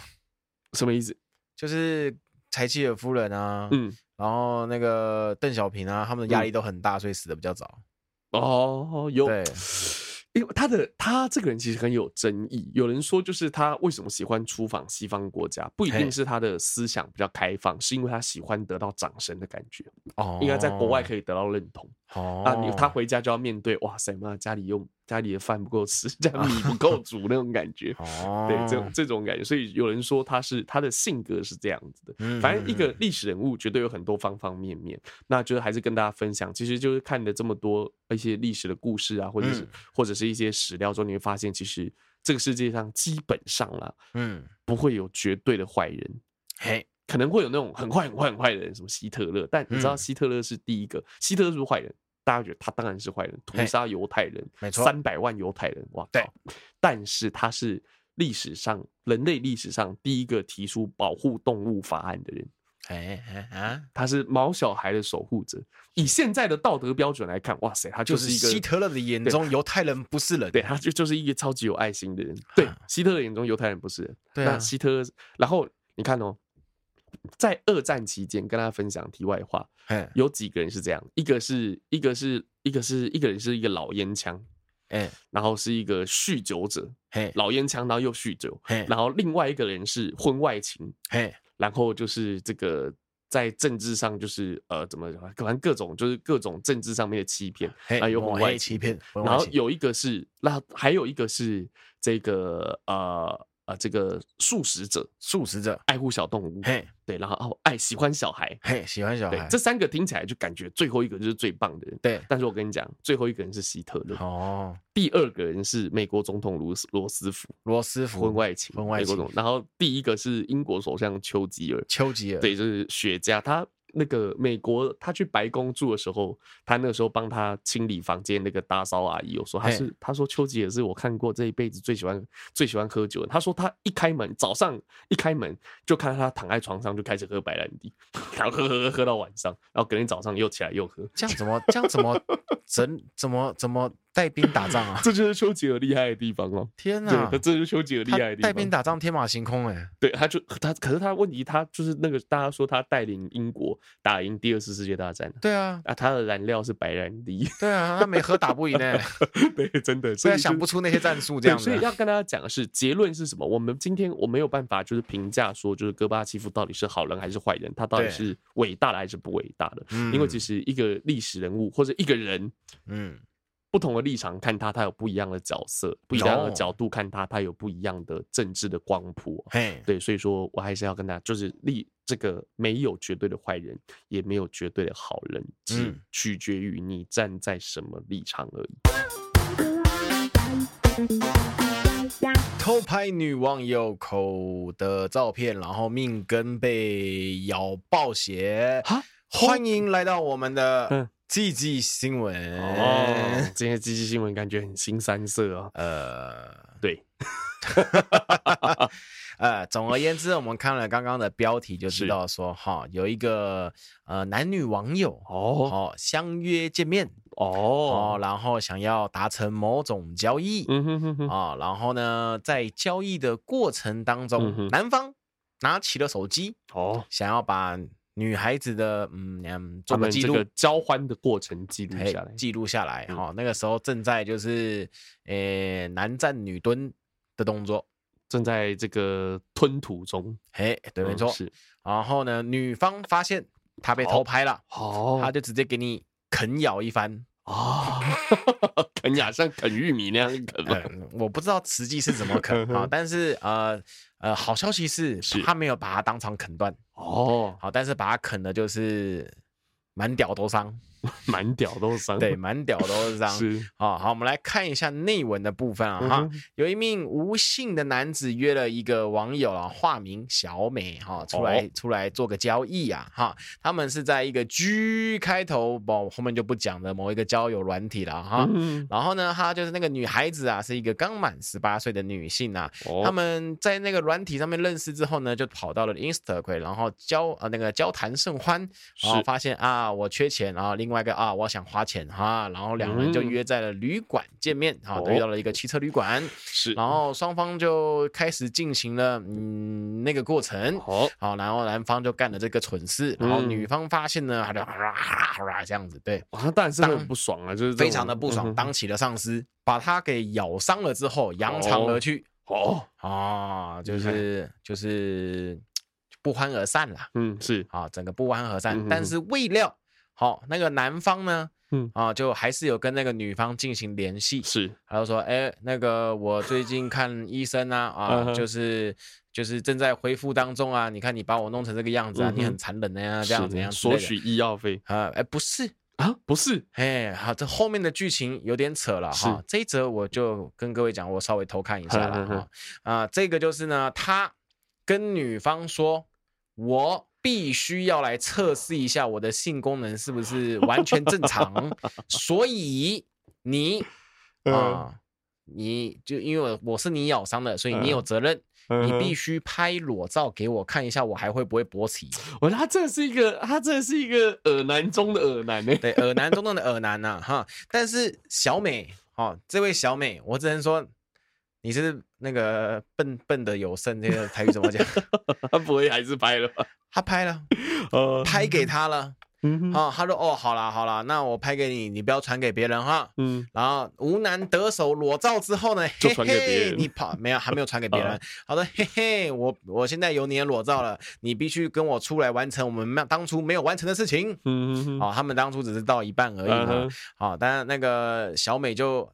Speaker 1: 什么意思？
Speaker 2: 就是柴契尔夫人啊，
Speaker 1: 嗯，
Speaker 2: 然后那个邓小平啊，他们的压力都很大，所以死的比较早。
Speaker 1: 哦，有
Speaker 2: 对，
Speaker 1: 因为他的他这个人其实很有争议。有人说，就是他为什么喜欢出访西方国家，不一
Speaker 2: 嘿
Speaker 1: 定是他的思想比较开放，是因为他喜欢得到掌声的感觉，
Speaker 2: 哦
Speaker 1: 应该在国外可以得到认同。
Speaker 2: 哦，
Speaker 1: 那你他回家就要面对，哇塞妈，家里又家里的饭不够吃， 家里米不够煮那种感觉。
Speaker 2: 哦，
Speaker 1: 对，这种这种感觉，所以有人说他是他的性格是这样子的。
Speaker 2: 嗯
Speaker 1: 反正一个
Speaker 2: 嗯
Speaker 1: 历史人物绝对有很多方方面面，那就是还是跟大家分享，其实就是看了这么多一些历史的故事啊，或者是、
Speaker 2: 嗯
Speaker 1: 或者是一些史料之后，你会发现，其实这个世界上基本上啦，
Speaker 2: 嗯，
Speaker 1: 不会有绝对的坏人，
Speaker 2: 嘿，
Speaker 1: 可能会有那种很坏很坏很坏的人，什么希特勒，但你知道
Speaker 2: 嗯
Speaker 1: 希特勒是第一个，希特勒是不是坏人？大家觉得他当然是坏人，屠
Speaker 2: 嘿
Speaker 1: 杀犹太人，
Speaker 2: 没错
Speaker 1: 三百万犹太人，哇
Speaker 2: 对
Speaker 1: 靠！但是他是历史上人类历史上第一个提出保护动物法案的人，
Speaker 2: 哎哎啊，
Speaker 1: 他是毛小孩的守护者。以现在的道德标准来看，哇塞，他
Speaker 2: 就是是
Speaker 1: 一个
Speaker 2: 希特勒的眼中犹太人不是人，
Speaker 1: 对，他就就是一个超级有爱心的人。对，希特勒眼中犹太人不是人。
Speaker 2: 啊对
Speaker 1: 那
Speaker 2: 啊
Speaker 1: 希特勒，然后你看哦，在二战期间，跟大家分享题外话，
Speaker 2: 哎
Speaker 1: 有几个人是这样，一个是一个是一个是一个人是一个老烟枪，
Speaker 2: 哎
Speaker 1: 然后是一个酗酒者，
Speaker 2: 嘿
Speaker 1: 老烟枪，然后又酗酒，
Speaker 2: 嘿
Speaker 1: 然后另外一个人是婚外情，
Speaker 2: 嘿
Speaker 1: 然后就是这个。在政治上就是呃怎么讲，反正各种就是各种政治上面的欺骗，
Speaker 2: 嘿
Speaker 1: 啊有
Speaker 2: 抹
Speaker 1: 婚
Speaker 2: 黑
Speaker 1: 外
Speaker 2: 欺骗，婚外
Speaker 1: 然后
Speaker 2: 情
Speaker 1: 有一个是，那还有一个是这个呃呃这个素食者，
Speaker 2: 素食者，
Speaker 1: 爱护小动物，
Speaker 2: 嘿
Speaker 1: 对，然后哦爱喜欢小孩，
Speaker 2: 嘿喜欢小
Speaker 1: 对
Speaker 2: 孩，，
Speaker 1: 这三个听起来就感觉最后一个就是最棒的人。
Speaker 2: 对
Speaker 1: 但是我跟你讲，最后一个人是希特勒，
Speaker 2: 哦，
Speaker 1: 第二个人是美国总统罗斯罗斯福，
Speaker 2: 罗斯福
Speaker 1: 婚外情，
Speaker 2: 婚外
Speaker 1: 美国
Speaker 2: 情
Speaker 1: 总，然后第一个是英国首相丘吉尔，
Speaker 2: 丘吉尔，
Speaker 1: 对，就是雪茄。他那个美国，他去白宫住的时候，他那时候帮他清理房间那个打扫阿姨有说，他
Speaker 2: 嘿
Speaker 1: 是他说丘吉尔是我看过这一辈子最喜欢最喜欢喝酒的。他说他一开门，早上一开门就看到他躺在床上就开始喝白兰地，然后喝喝喝喝到晚上，然后隔天早上又起来又喝。
Speaker 2: 这样怎么这样怎么怎怎么怎么带兵打仗啊？
Speaker 1: 这就是丘吉尔厉害的地方哦，
Speaker 2: 天
Speaker 1: 对，
Speaker 2: 哪
Speaker 1: 那，这就是丘吉尔厉
Speaker 2: 啊他
Speaker 1: 害的地
Speaker 2: 带
Speaker 1: 方。
Speaker 2: 兵打仗天马行空哎，
Speaker 1: 对，他就他，可是他问题，他就是那个大家说他带领英国打赢第二次世界大战
Speaker 2: 对啊
Speaker 1: 啊，他的燃料是白兰地，
Speaker 2: 对啊，他没喝打不赢哎，
Speaker 1: 对，真 的，所
Speaker 2: 所以
Speaker 1: 以
Speaker 2: 他想
Speaker 1: 就
Speaker 2: 不出那些战术这
Speaker 1: 对
Speaker 2: 样
Speaker 1: 所以
Speaker 2: 子，
Speaker 1: 要跟大家讲的是，结论是什么？我们今天我没有办法就是评价说，就是戈巴契夫到底是好人还是坏人，他到底
Speaker 2: 对
Speaker 1: 是伟大的还是不伟大的，
Speaker 2: 嗯
Speaker 1: 因为其实一个历史人物或者一个人。
Speaker 2: 嗯
Speaker 1: 不同的立场看他，他有不一样的角色，不一样的
Speaker 2: 哦
Speaker 1: 角度看他，他有不一样的政治的光谱。
Speaker 2: 嘿
Speaker 1: 对，所以说我还是要跟大家，就是立这个没有绝对的坏人，也没有绝对的好人，只
Speaker 2: 嗯
Speaker 1: 取决于你站在什么立场而已。
Speaker 2: 偷拍女网友口的照片，然后命根被咬爆血
Speaker 1: 哈。
Speaker 2: 欢迎来到我们的
Speaker 1: 嗯
Speaker 2: G G 新闻。
Speaker 1: 哦，今天的积极新闻感觉很新三色啊。
Speaker 2: 呃
Speaker 1: 对，
Speaker 2: 呃，总而言之，我们看了刚刚的标题就知道说，哈，有一个呃男女网友
Speaker 1: 哦
Speaker 2: 哦相约见面哦，
Speaker 1: 哦，
Speaker 2: 然后想要达成某种交易
Speaker 1: 嗯哼哼哼，
Speaker 2: 啊，然后呢，在交易的过程当
Speaker 1: 嗯
Speaker 2: 中，
Speaker 1: 哼
Speaker 2: 男方拿起了手机，
Speaker 1: 哦，
Speaker 2: 想要把女孩子的嗯嗯做
Speaker 1: 他
Speaker 2: 个
Speaker 1: 们
Speaker 2: 记
Speaker 1: 这
Speaker 2: 录
Speaker 1: 个，交换的过程记录
Speaker 2: 嘿
Speaker 1: 下来。
Speaker 2: 记录下来
Speaker 1: 嗯
Speaker 2: 哈、哦。那个时候正在就是诶男站女蹲的动作，
Speaker 1: 正在这个吞吐中，
Speaker 2: 嘿，对，没
Speaker 1: 嗯
Speaker 2: 错。
Speaker 1: 是
Speaker 2: 然后呢，女方发现她被
Speaker 1: 好
Speaker 2: 偷拍了，
Speaker 1: 哦，
Speaker 2: 她就直接给你啃咬一番。
Speaker 1: 哦， 啃牙像啃玉米那样啃吗？
Speaker 2: 嗯，我不知道实际是怎么啃啊，但是呃呃，好消息是
Speaker 1: 是
Speaker 2: 她没有把它当场啃断，
Speaker 1: 哦，
Speaker 2: 好，但是把它啃的就是满屌都伤，
Speaker 1: 满屌都伤，
Speaker 2: 对，满屌都是伤。
Speaker 1: 嗯 是，
Speaker 2: 好好，我们来看一下内文的部分啊
Speaker 1: 嗯
Speaker 2: 哈
Speaker 1: 哼。
Speaker 2: 有一名无姓的男子约了一个网友啊，化名小美哈，出来、
Speaker 1: 哦
Speaker 2: 出来做个交易啊哈。他们是在一个 G 开头，某后面就不讲的某一个交友软体了啊哈。
Speaker 1: 嗯，
Speaker 2: 然后呢，她就是那个女孩子啊，是一个刚满十八岁的女性啊。
Speaker 1: 哦
Speaker 2: 他们在那个软体上面认识之后呢，就跑到了 Instagram，然后交呃那个交谈甚欢，然后
Speaker 1: 是
Speaker 2: 发现啊我缺钱，然后另外一个啊我想花钱哈、然后两人就
Speaker 1: 嗯
Speaker 2: 约在了旅馆见面，啊，
Speaker 1: 哦
Speaker 2: 约到了一个汽车旅馆，
Speaker 1: 是，
Speaker 2: 然后双方就开始进行了嗯那个过程。
Speaker 1: 好，
Speaker 2: 好，然后男方就干了这个蠢事，然后
Speaker 1: 哦嗯
Speaker 2: 女方发现呢，她就啊啊啊这样子，对，
Speaker 1: 哇，他当然是很
Speaker 2: 当
Speaker 1: 不爽啊，就是这
Speaker 2: 非常
Speaker 1: 种
Speaker 2: 的不
Speaker 1: 嗯
Speaker 2: 爽，
Speaker 1: 哼
Speaker 2: 当起了上司，把他给咬伤了之后，扬长而去。
Speaker 1: 哦，
Speaker 2: 啊，就
Speaker 1: 厉害
Speaker 2: 是就是不欢而散啦，
Speaker 1: 嗯，是，
Speaker 2: 啊，整个不欢而
Speaker 1: 嗯
Speaker 2: 散。
Speaker 1: 哼
Speaker 2: 但
Speaker 1: 哼
Speaker 2: 是未料，好、那个男方呢，
Speaker 1: 嗯
Speaker 2: 啊，就还是有跟那个女方进行联系，
Speaker 1: 是，
Speaker 2: 他就说，哎，那个我最近看医生啊，
Speaker 1: 嗯
Speaker 2: 啊，
Speaker 1: 哼
Speaker 2: 就是就是正在恢复当中啊，你看你把我弄成这个样子啊，
Speaker 1: 嗯
Speaker 2: 你很
Speaker 1: 哼
Speaker 2: 残忍的呀，
Speaker 1: 是
Speaker 2: 这样怎样之类
Speaker 1: 索
Speaker 2: 的
Speaker 1: 取医药费
Speaker 2: 啊，哎，不是，
Speaker 1: 啊？不是，
Speaker 2: 哎，好，这后面的剧情有点扯了哈
Speaker 1: 是。
Speaker 2: 这一则我就跟各位讲，我稍微偷看一下了
Speaker 1: 哼哼
Speaker 2: 哈。啊、这个就是呢，他跟女方说，我必须要来测试一下我的性功能是不是完全正常， 所以你啊、啊
Speaker 1: 嗯
Speaker 2: 你就因为我我是你咬伤的，所以你有责任。
Speaker 1: 嗯
Speaker 2: 你
Speaker 1: 哼
Speaker 2: 必须拍裸照给我看一下，我还会不会勃起？
Speaker 1: 我他真的是一个，他真的是一个耳男中的耳男呢、
Speaker 2: 对，耳男中的耳男呐、哈。但是小美，哦，这位小美，我只能说你是那个笨笨的有剩，这个台语怎么讲？
Speaker 1: 他不会还是拍了吧？
Speaker 2: 他拍了，
Speaker 1: 呃，
Speaker 2: 拍给他了。
Speaker 1: 嗯哼
Speaker 2: 哦，他说哦，好啦好啦，那我拍给你，你不要传给别人哈。
Speaker 1: 嗯，
Speaker 2: 然后吴楠得手裸照之后呢，
Speaker 1: 就传给别人
Speaker 2: 嘿嘿你跑没有？还没有传给别人
Speaker 1: 啊。
Speaker 2: 好的，嘿嘿，我我现在有你的裸照了，你必须跟我出来完成我们那当初没有完成的事情。
Speaker 1: 嗯哼
Speaker 2: 哦，他们当初只是到一半而已
Speaker 1: 嗯
Speaker 2: 嘛
Speaker 1: 哼。
Speaker 2: 好，当然那个小美就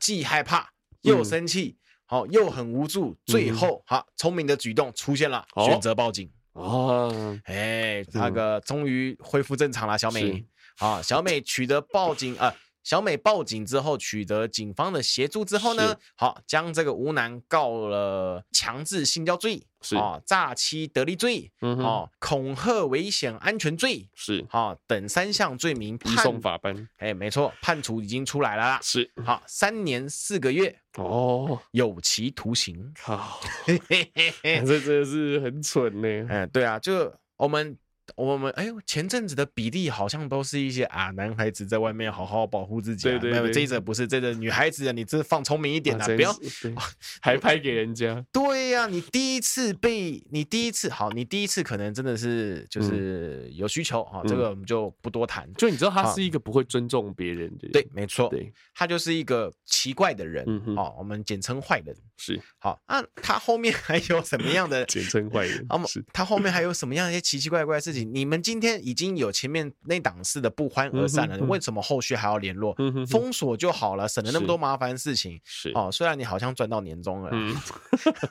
Speaker 2: 既害怕又
Speaker 1: 嗯
Speaker 2: 生气，好又很无助，最后好聪明的举动出现了，
Speaker 1: 哦
Speaker 2: 选择报警。
Speaker 1: 哦，
Speaker 2: 哎，那个终于恢复正常了，小美
Speaker 1: 是
Speaker 2: 啊，小美取得报警啊、呃小美报警之后取得警方的协助之后呢
Speaker 1: 是，
Speaker 2: 好将这个吴楠告了强制性交罪，
Speaker 1: 是
Speaker 2: 啊，诈欺得利罪，
Speaker 1: 嗯哼，
Speaker 2: 啊，恐吓危险安全罪，
Speaker 1: 是
Speaker 2: 啊等三项罪名
Speaker 1: 移
Speaker 2: 判
Speaker 1: 送，法办
Speaker 2: 哎，没错，判处已经出来了啦，
Speaker 1: 是
Speaker 2: 好，三年四个月
Speaker 1: 哦，
Speaker 2: 有期徒刑，
Speaker 1: 靠，
Speaker 2: 嘿嘿嘿嘿
Speaker 1: 这。真的是很蠢呢、
Speaker 2: 哎，对啊，就我们我们哎呦，前阵子的比例好像都是一些啊，男孩子在外面好好保护自己、
Speaker 1: 对
Speaker 2: 啊。
Speaker 1: 对
Speaker 2: 没有
Speaker 1: 对
Speaker 2: 这一则不是这一则，女孩子啊，你这放聪明一点啊，
Speaker 1: 真
Speaker 2: 不要。
Speaker 1: 是 对还拍给人家，
Speaker 2: 对呀、你第一次被你第一次好，你第一次可能真的是
Speaker 1: 嗯
Speaker 2: 就是有需求啊、这个我们就不多谈。
Speaker 1: 就你知道他是一个不会尊重别人的人，
Speaker 2: 对，没错，
Speaker 1: 对，
Speaker 2: 他就是一个奇怪的人
Speaker 1: 嗯哼
Speaker 2: 哦，我们简称坏人。
Speaker 1: 是
Speaker 2: 好，那、他后面还有什么样的
Speaker 1: 简称坏人
Speaker 2: 啊，，
Speaker 1: 嗯是
Speaker 2: 他后 面还有什么样的一些奇奇怪怪的事情？你们今天已经有前面那档事的不欢而散了，
Speaker 1: 嗯哼嗯
Speaker 2: 为什么后续还要联络？
Speaker 1: 嗯哼
Speaker 2: 封锁就好了，省了那么
Speaker 1: 是
Speaker 2: 多麻烦事情。
Speaker 1: 是
Speaker 2: 哦，虽然你好像赚到年终了，
Speaker 1: 嗯，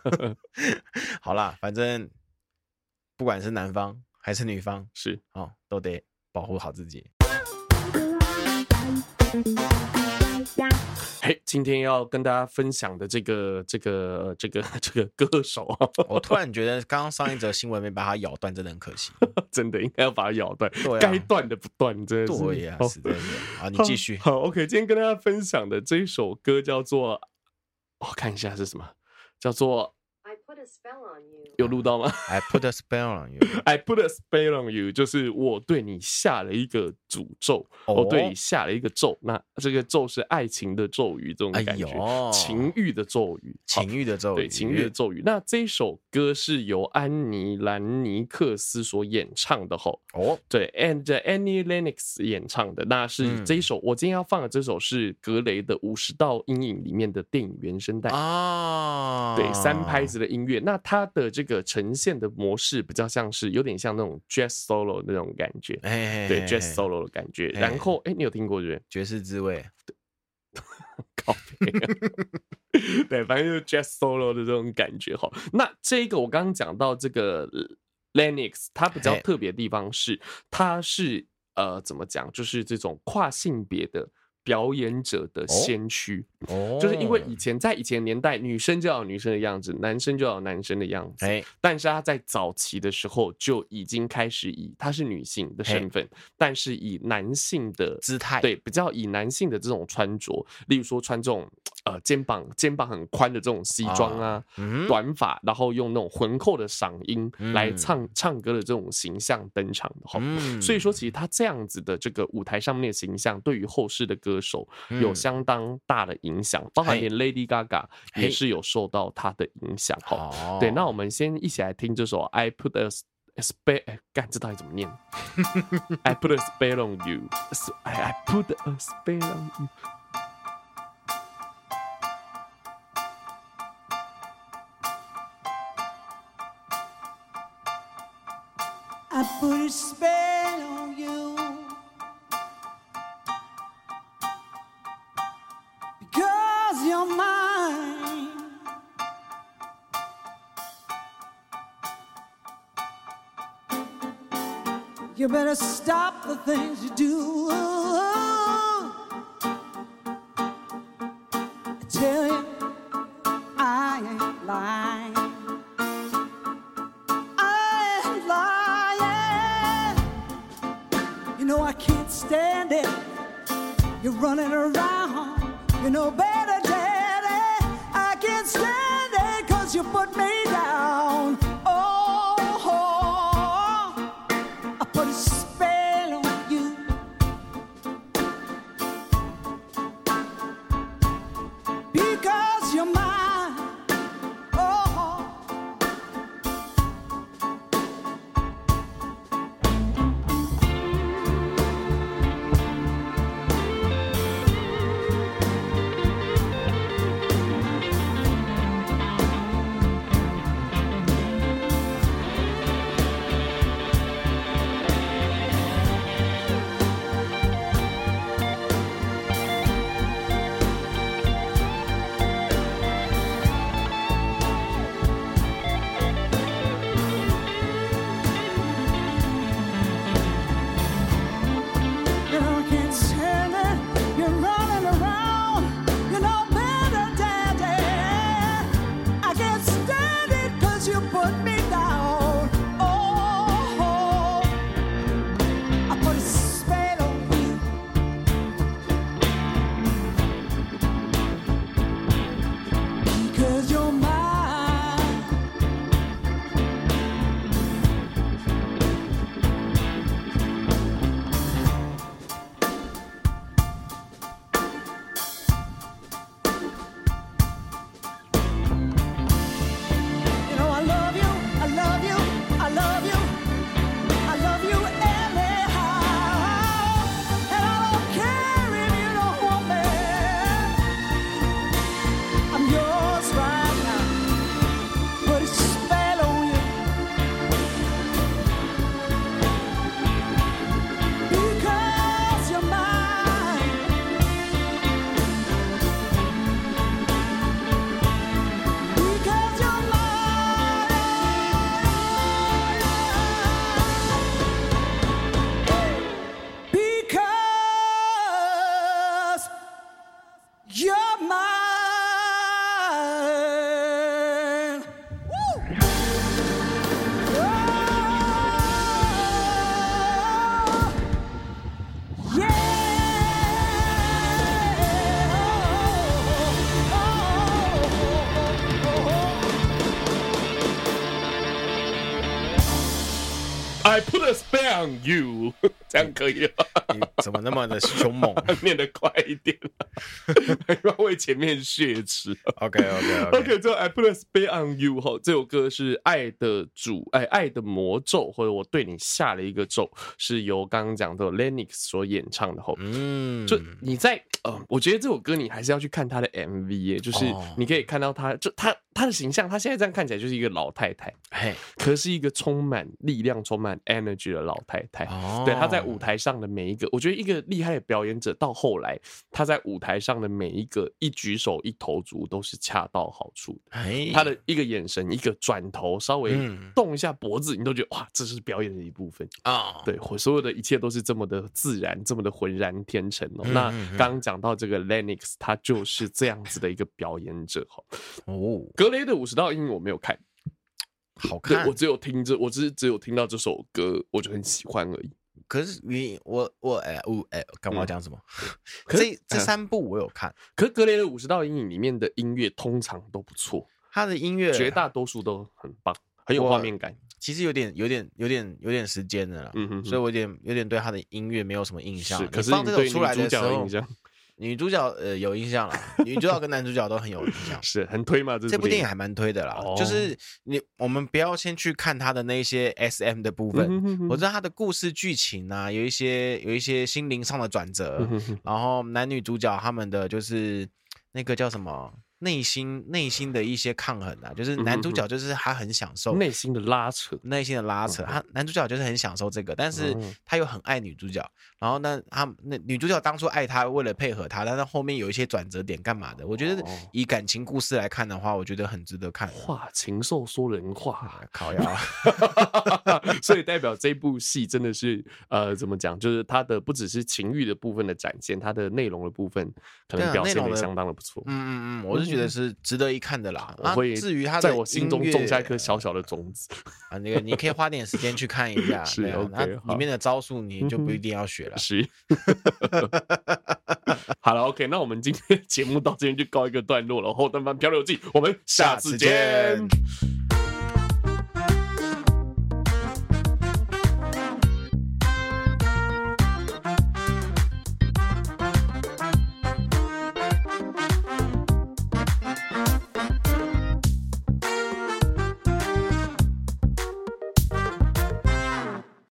Speaker 2: 好啦，反正不管是男方还是女方，
Speaker 1: 是
Speaker 2: 哦，都得保护好自己。
Speaker 1: 嘿，哎今天要跟大家分享的这个这个这个这个歌手啊，
Speaker 2: 我突然觉得刚刚上一则新闻没把它咬断，真的很 可惜。
Speaker 1: 真的应该要把它咬断
Speaker 2: 对啊，
Speaker 1: 该断的不断，真的是
Speaker 2: 对呀、
Speaker 1: 哦
Speaker 2: 实在是啊，你
Speaker 1: 好
Speaker 2: 继续。
Speaker 1: 好，OK，今天跟大家分享的这首歌叫做，我看一下是什么，叫做
Speaker 4: I put a spell on you.
Speaker 1: 有录到吗
Speaker 2: I put a spell on you。
Speaker 1: ？I put a spell on you，就是我对你下了一个诅咒，我哦对你
Speaker 2: 哦
Speaker 1: 下了一个咒。那这个咒是爱情的咒语，这种
Speaker 2: 哎
Speaker 1: 感觉，
Speaker 2: 呦
Speaker 1: 情欲的咒语，好
Speaker 2: 情欲的咒语，
Speaker 1: 对情欲的咒语。那这首歌是由安妮·兰尼克斯所演唱的吼，
Speaker 2: 哦，
Speaker 1: 对，and Annie Lennox 演唱的，那是
Speaker 2: 嗯
Speaker 1: 这一首、我今天要放的这首是格雷的《五十道阴影》里面的电影原声带。
Speaker 2: 啊，
Speaker 1: 对，三拍子的音乐，那它的这个呈现的模式比较像是有点像那种 jazz solo 那种感觉，
Speaker 2: 嘿，嘿嘿
Speaker 1: 对
Speaker 2: 嘿
Speaker 1: jazz solo 的感觉。
Speaker 2: 嘿
Speaker 1: 然后，哎，你有听过对不对？
Speaker 2: 爵士滋味，
Speaker 1: 靠背、 对，反正就是 jazz solo 的这种感觉哈。那这个我刚刚讲到这个 Lennox，它比较
Speaker 2: 嘿
Speaker 1: 特别的地方是，它是呃怎么讲，就是这种跨性别的。表演者的先驱，
Speaker 2: 哦
Speaker 1: 就是因为以前在以前年代，女生就要有女生的样子，男生就要有男生的样子。
Speaker 2: 哎
Speaker 1: 但是她在早期的时候就已经开始以她是女性的身份，但是以男性的
Speaker 2: 姿态，
Speaker 1: 对，比较以男性的这种穿着，例如说穿这种呃肩膀肩膀很宽的这种西装啊，
Speaker 2: 嗯，
Speaker 1: 短发，然后用那种浑厚的嗓音来唱、唱歌的这种形象登场的哈。
Speaker 2: 嗯
Speaker 1: 所以说，其实他这样子的这个舞台上面的形象，对于后世的歌手有
Speaker 2: 嗯
Speaker 1: 相当大的影响，包含
Speaker 2: 嘿
Speaker 1: 连 Lady Gaga 也
Speaker 2: 嘿
Speaker 1: 是有受到他的影响哈。
Speaker 2: 哦
Speaker 1: 对，那我们先一起来听这首《I Put a S- a Spell》。哎，干，这到底怎么念？I put a spell on you. S- I I put a spell on you.
Speaker 5: I put a spell on you. Because you're mine. You better stop the things you do. I tell you, I ain't lying. I ain't lying. You know I can't stand it. You're running around. You know better, Daddy. I can't stand it because you put me down. Oh, I put a spell on you. Because you're mine. Oh. You know I can't stand it. You're running around. You know better, Daddy. I can't stand it 'cause you put me down. Oh, I put a spell on you. Because you're mine. You know I love you, I love you, I love you, I love you anyhow, and I don't care if you don't want me. I'm yours right now, but it's a spell on you because you're mine. Because you're mine. Because you're mine. Woo! Oh, yeah.
Speaker 1: I put a spell on you，这 样可以了，
Speaker 2: 你怎么那么的凶猛
Speaker 1: 念得快一点， 不要为前面血池。
Speaker 2: ？OK OK
Speaker 1: OK，最后 I put a spell on you 哈，这首歌是《爱的主》哎，《爱的魔咒》，或者我对你下了一个咒，是由刚刚讲的 Lennox 所演唱的哈。
Speaker 2: 嗯，
Speaker 1: 就你在呃，我觉得这首歌你还是要去看他的 MV，耶就是
Speaker 2: 哦
Speaker 1: 你可以看到他，就他他的形象，他现在这样看起来就是一个老太太，
Speaker 2: 嘿，
Speaker 1: 可是一个充满力量、充满 energy 的老太太。
Speaker 2: 哦
Speaker 1: 哎对，她在舞台上的每一个，我觉得一个厉害的表演者，到后来他在舞台上的每一个一举手一投足都是恰到好处的。
Speaker 2: 嘿，
Speaker 1: 他的一个眼神，一个转头，稍微
Speaker 2: 嗯
Speaker 1: 动一下脖子，你都觉得哇，这是表演的一部分。
Speaker 2: 啊，
Speaker 1: 对，我所有的一切都是这么的自然，这么的浑然天成哦。
Speaker 2: 嗯
Speaker 1: 那
Speaker 2: 嗯嗯
Speaker 1: 刚刚讲到这个 Lennox，他就是这样子的一个表演者哈。
Speaker 2: 哦，
Speaker 1: 格雷的五十道阴影我没有看，
Speaker 2: 好
Speaker 1: 对
Speaker 2: 看
Speaker 1: 我。只有听着，我只是只有听到这首歌，我就很喜欢而已。
Speaker 2: 可是你我我哎我哎，干嘛要讲什么？
Speaker 1: 嗯可是嗯
Speaker 2: 这这三部我有看，
Speaker 1: 可是格雷的五十道阴影里面的音乐通常都不错，
Speaker 2: 他的音乐
Speaker 1: 绝大多数都很棒，很有
Speaker 2: 啊我
Speaker 1: 画面感。
Speaker 2: 其实有点有点有点有点时间的啦，
Speaker 1: 嗯哼哼
Speaker 2: 所以我有点有点对他的音乐没有什么印象
Speaker 1: 是，
Speaker 2: 了。
Speaker 1: 可是
Speaker 2: 你放
Speaker 1: 你
Speaker 2: 这首
Speaker 1: 对
Speaker 2: 出
Speaker 1: 女
Speaker 2: 来
Speaker 1: 主
Speaker 2: 的时
Speaker 1: 角的
Speaker 2: 候
Speaker 1: 印，象。
Speaker 2: 女主角呃有印象了，女主角跟男主角都很有印象
Speaker 1: 是很推嘛？
Speaker 2: 这部电影
Speaker 1: 影
Speaker 2: 还蛮推的啦，
Speaker 1: 哦
Speaker 2: 就是你我们不要先去看他的那些 S M 的部分，
Speaker 1: 嗯哼哼
Speaker 2: 我知道他的故事剧情啊，有一些有一些心灵上的转折，
Speaker 1: 嗯哼哼
Speaker 2: 然后男女主角他们的就是那个叫什么内心内心的一些抗衡啊，
Speaker 1: 嗯
Speaker 2: 就是男主角就是他很享受
Speaker 1: 内心的拉扯，
Speaker 2: 内心的拉扯，他男主角就是很享受这个，但是
Speaker 1: 嗯
Speaker 2: 他又很爱女主角，然后呢，他那女主角当初爱他，为了配合他，但是后面有一些转折点干嘛的，我觉得
Speaker 1: 哦
Speaker 2: 以感情故事来看的话，我觉得很值得看。
Speaker 1: 话禽兽说人话。
Speaker 2: 烤鸭，
Speaker 1: 所以代表这部戏真的是呃，怎么讲？就是它的不只是情欲的部分的展现，它的内容的部分可
Speaker 2: 对
Speaker 1: 能
Speaker 2: 啊
Speaker 1: 表现
Speaker 2: 内容
Speaker 1: 的
Speaker 2: 的
Speaker 1: 相当的不错。
Speaker 2: 嗯嗯嗯，我是觉得是值得一看的啦。
Speaker 1: 我
Speaker 2: 啊
Speaker 1: 会
Speaker 2: 至于他的
Speaker 1: 在我心中
Speaker 2: 音乐
Speaker 1: 种下一颗小小的种子。
Speaker 2: 啊，那个你可以花点时间去看一下，
Speaker 1: 是
Speaker 2: 对啊
Speaker 1: OK，
Speaker 2: 啊那里面的招数你就不一定要学了。
Speaker 1: 是，好了，OK，那我们今天的节目到这边就告一个段落了。后段班漂流记，我们下次见。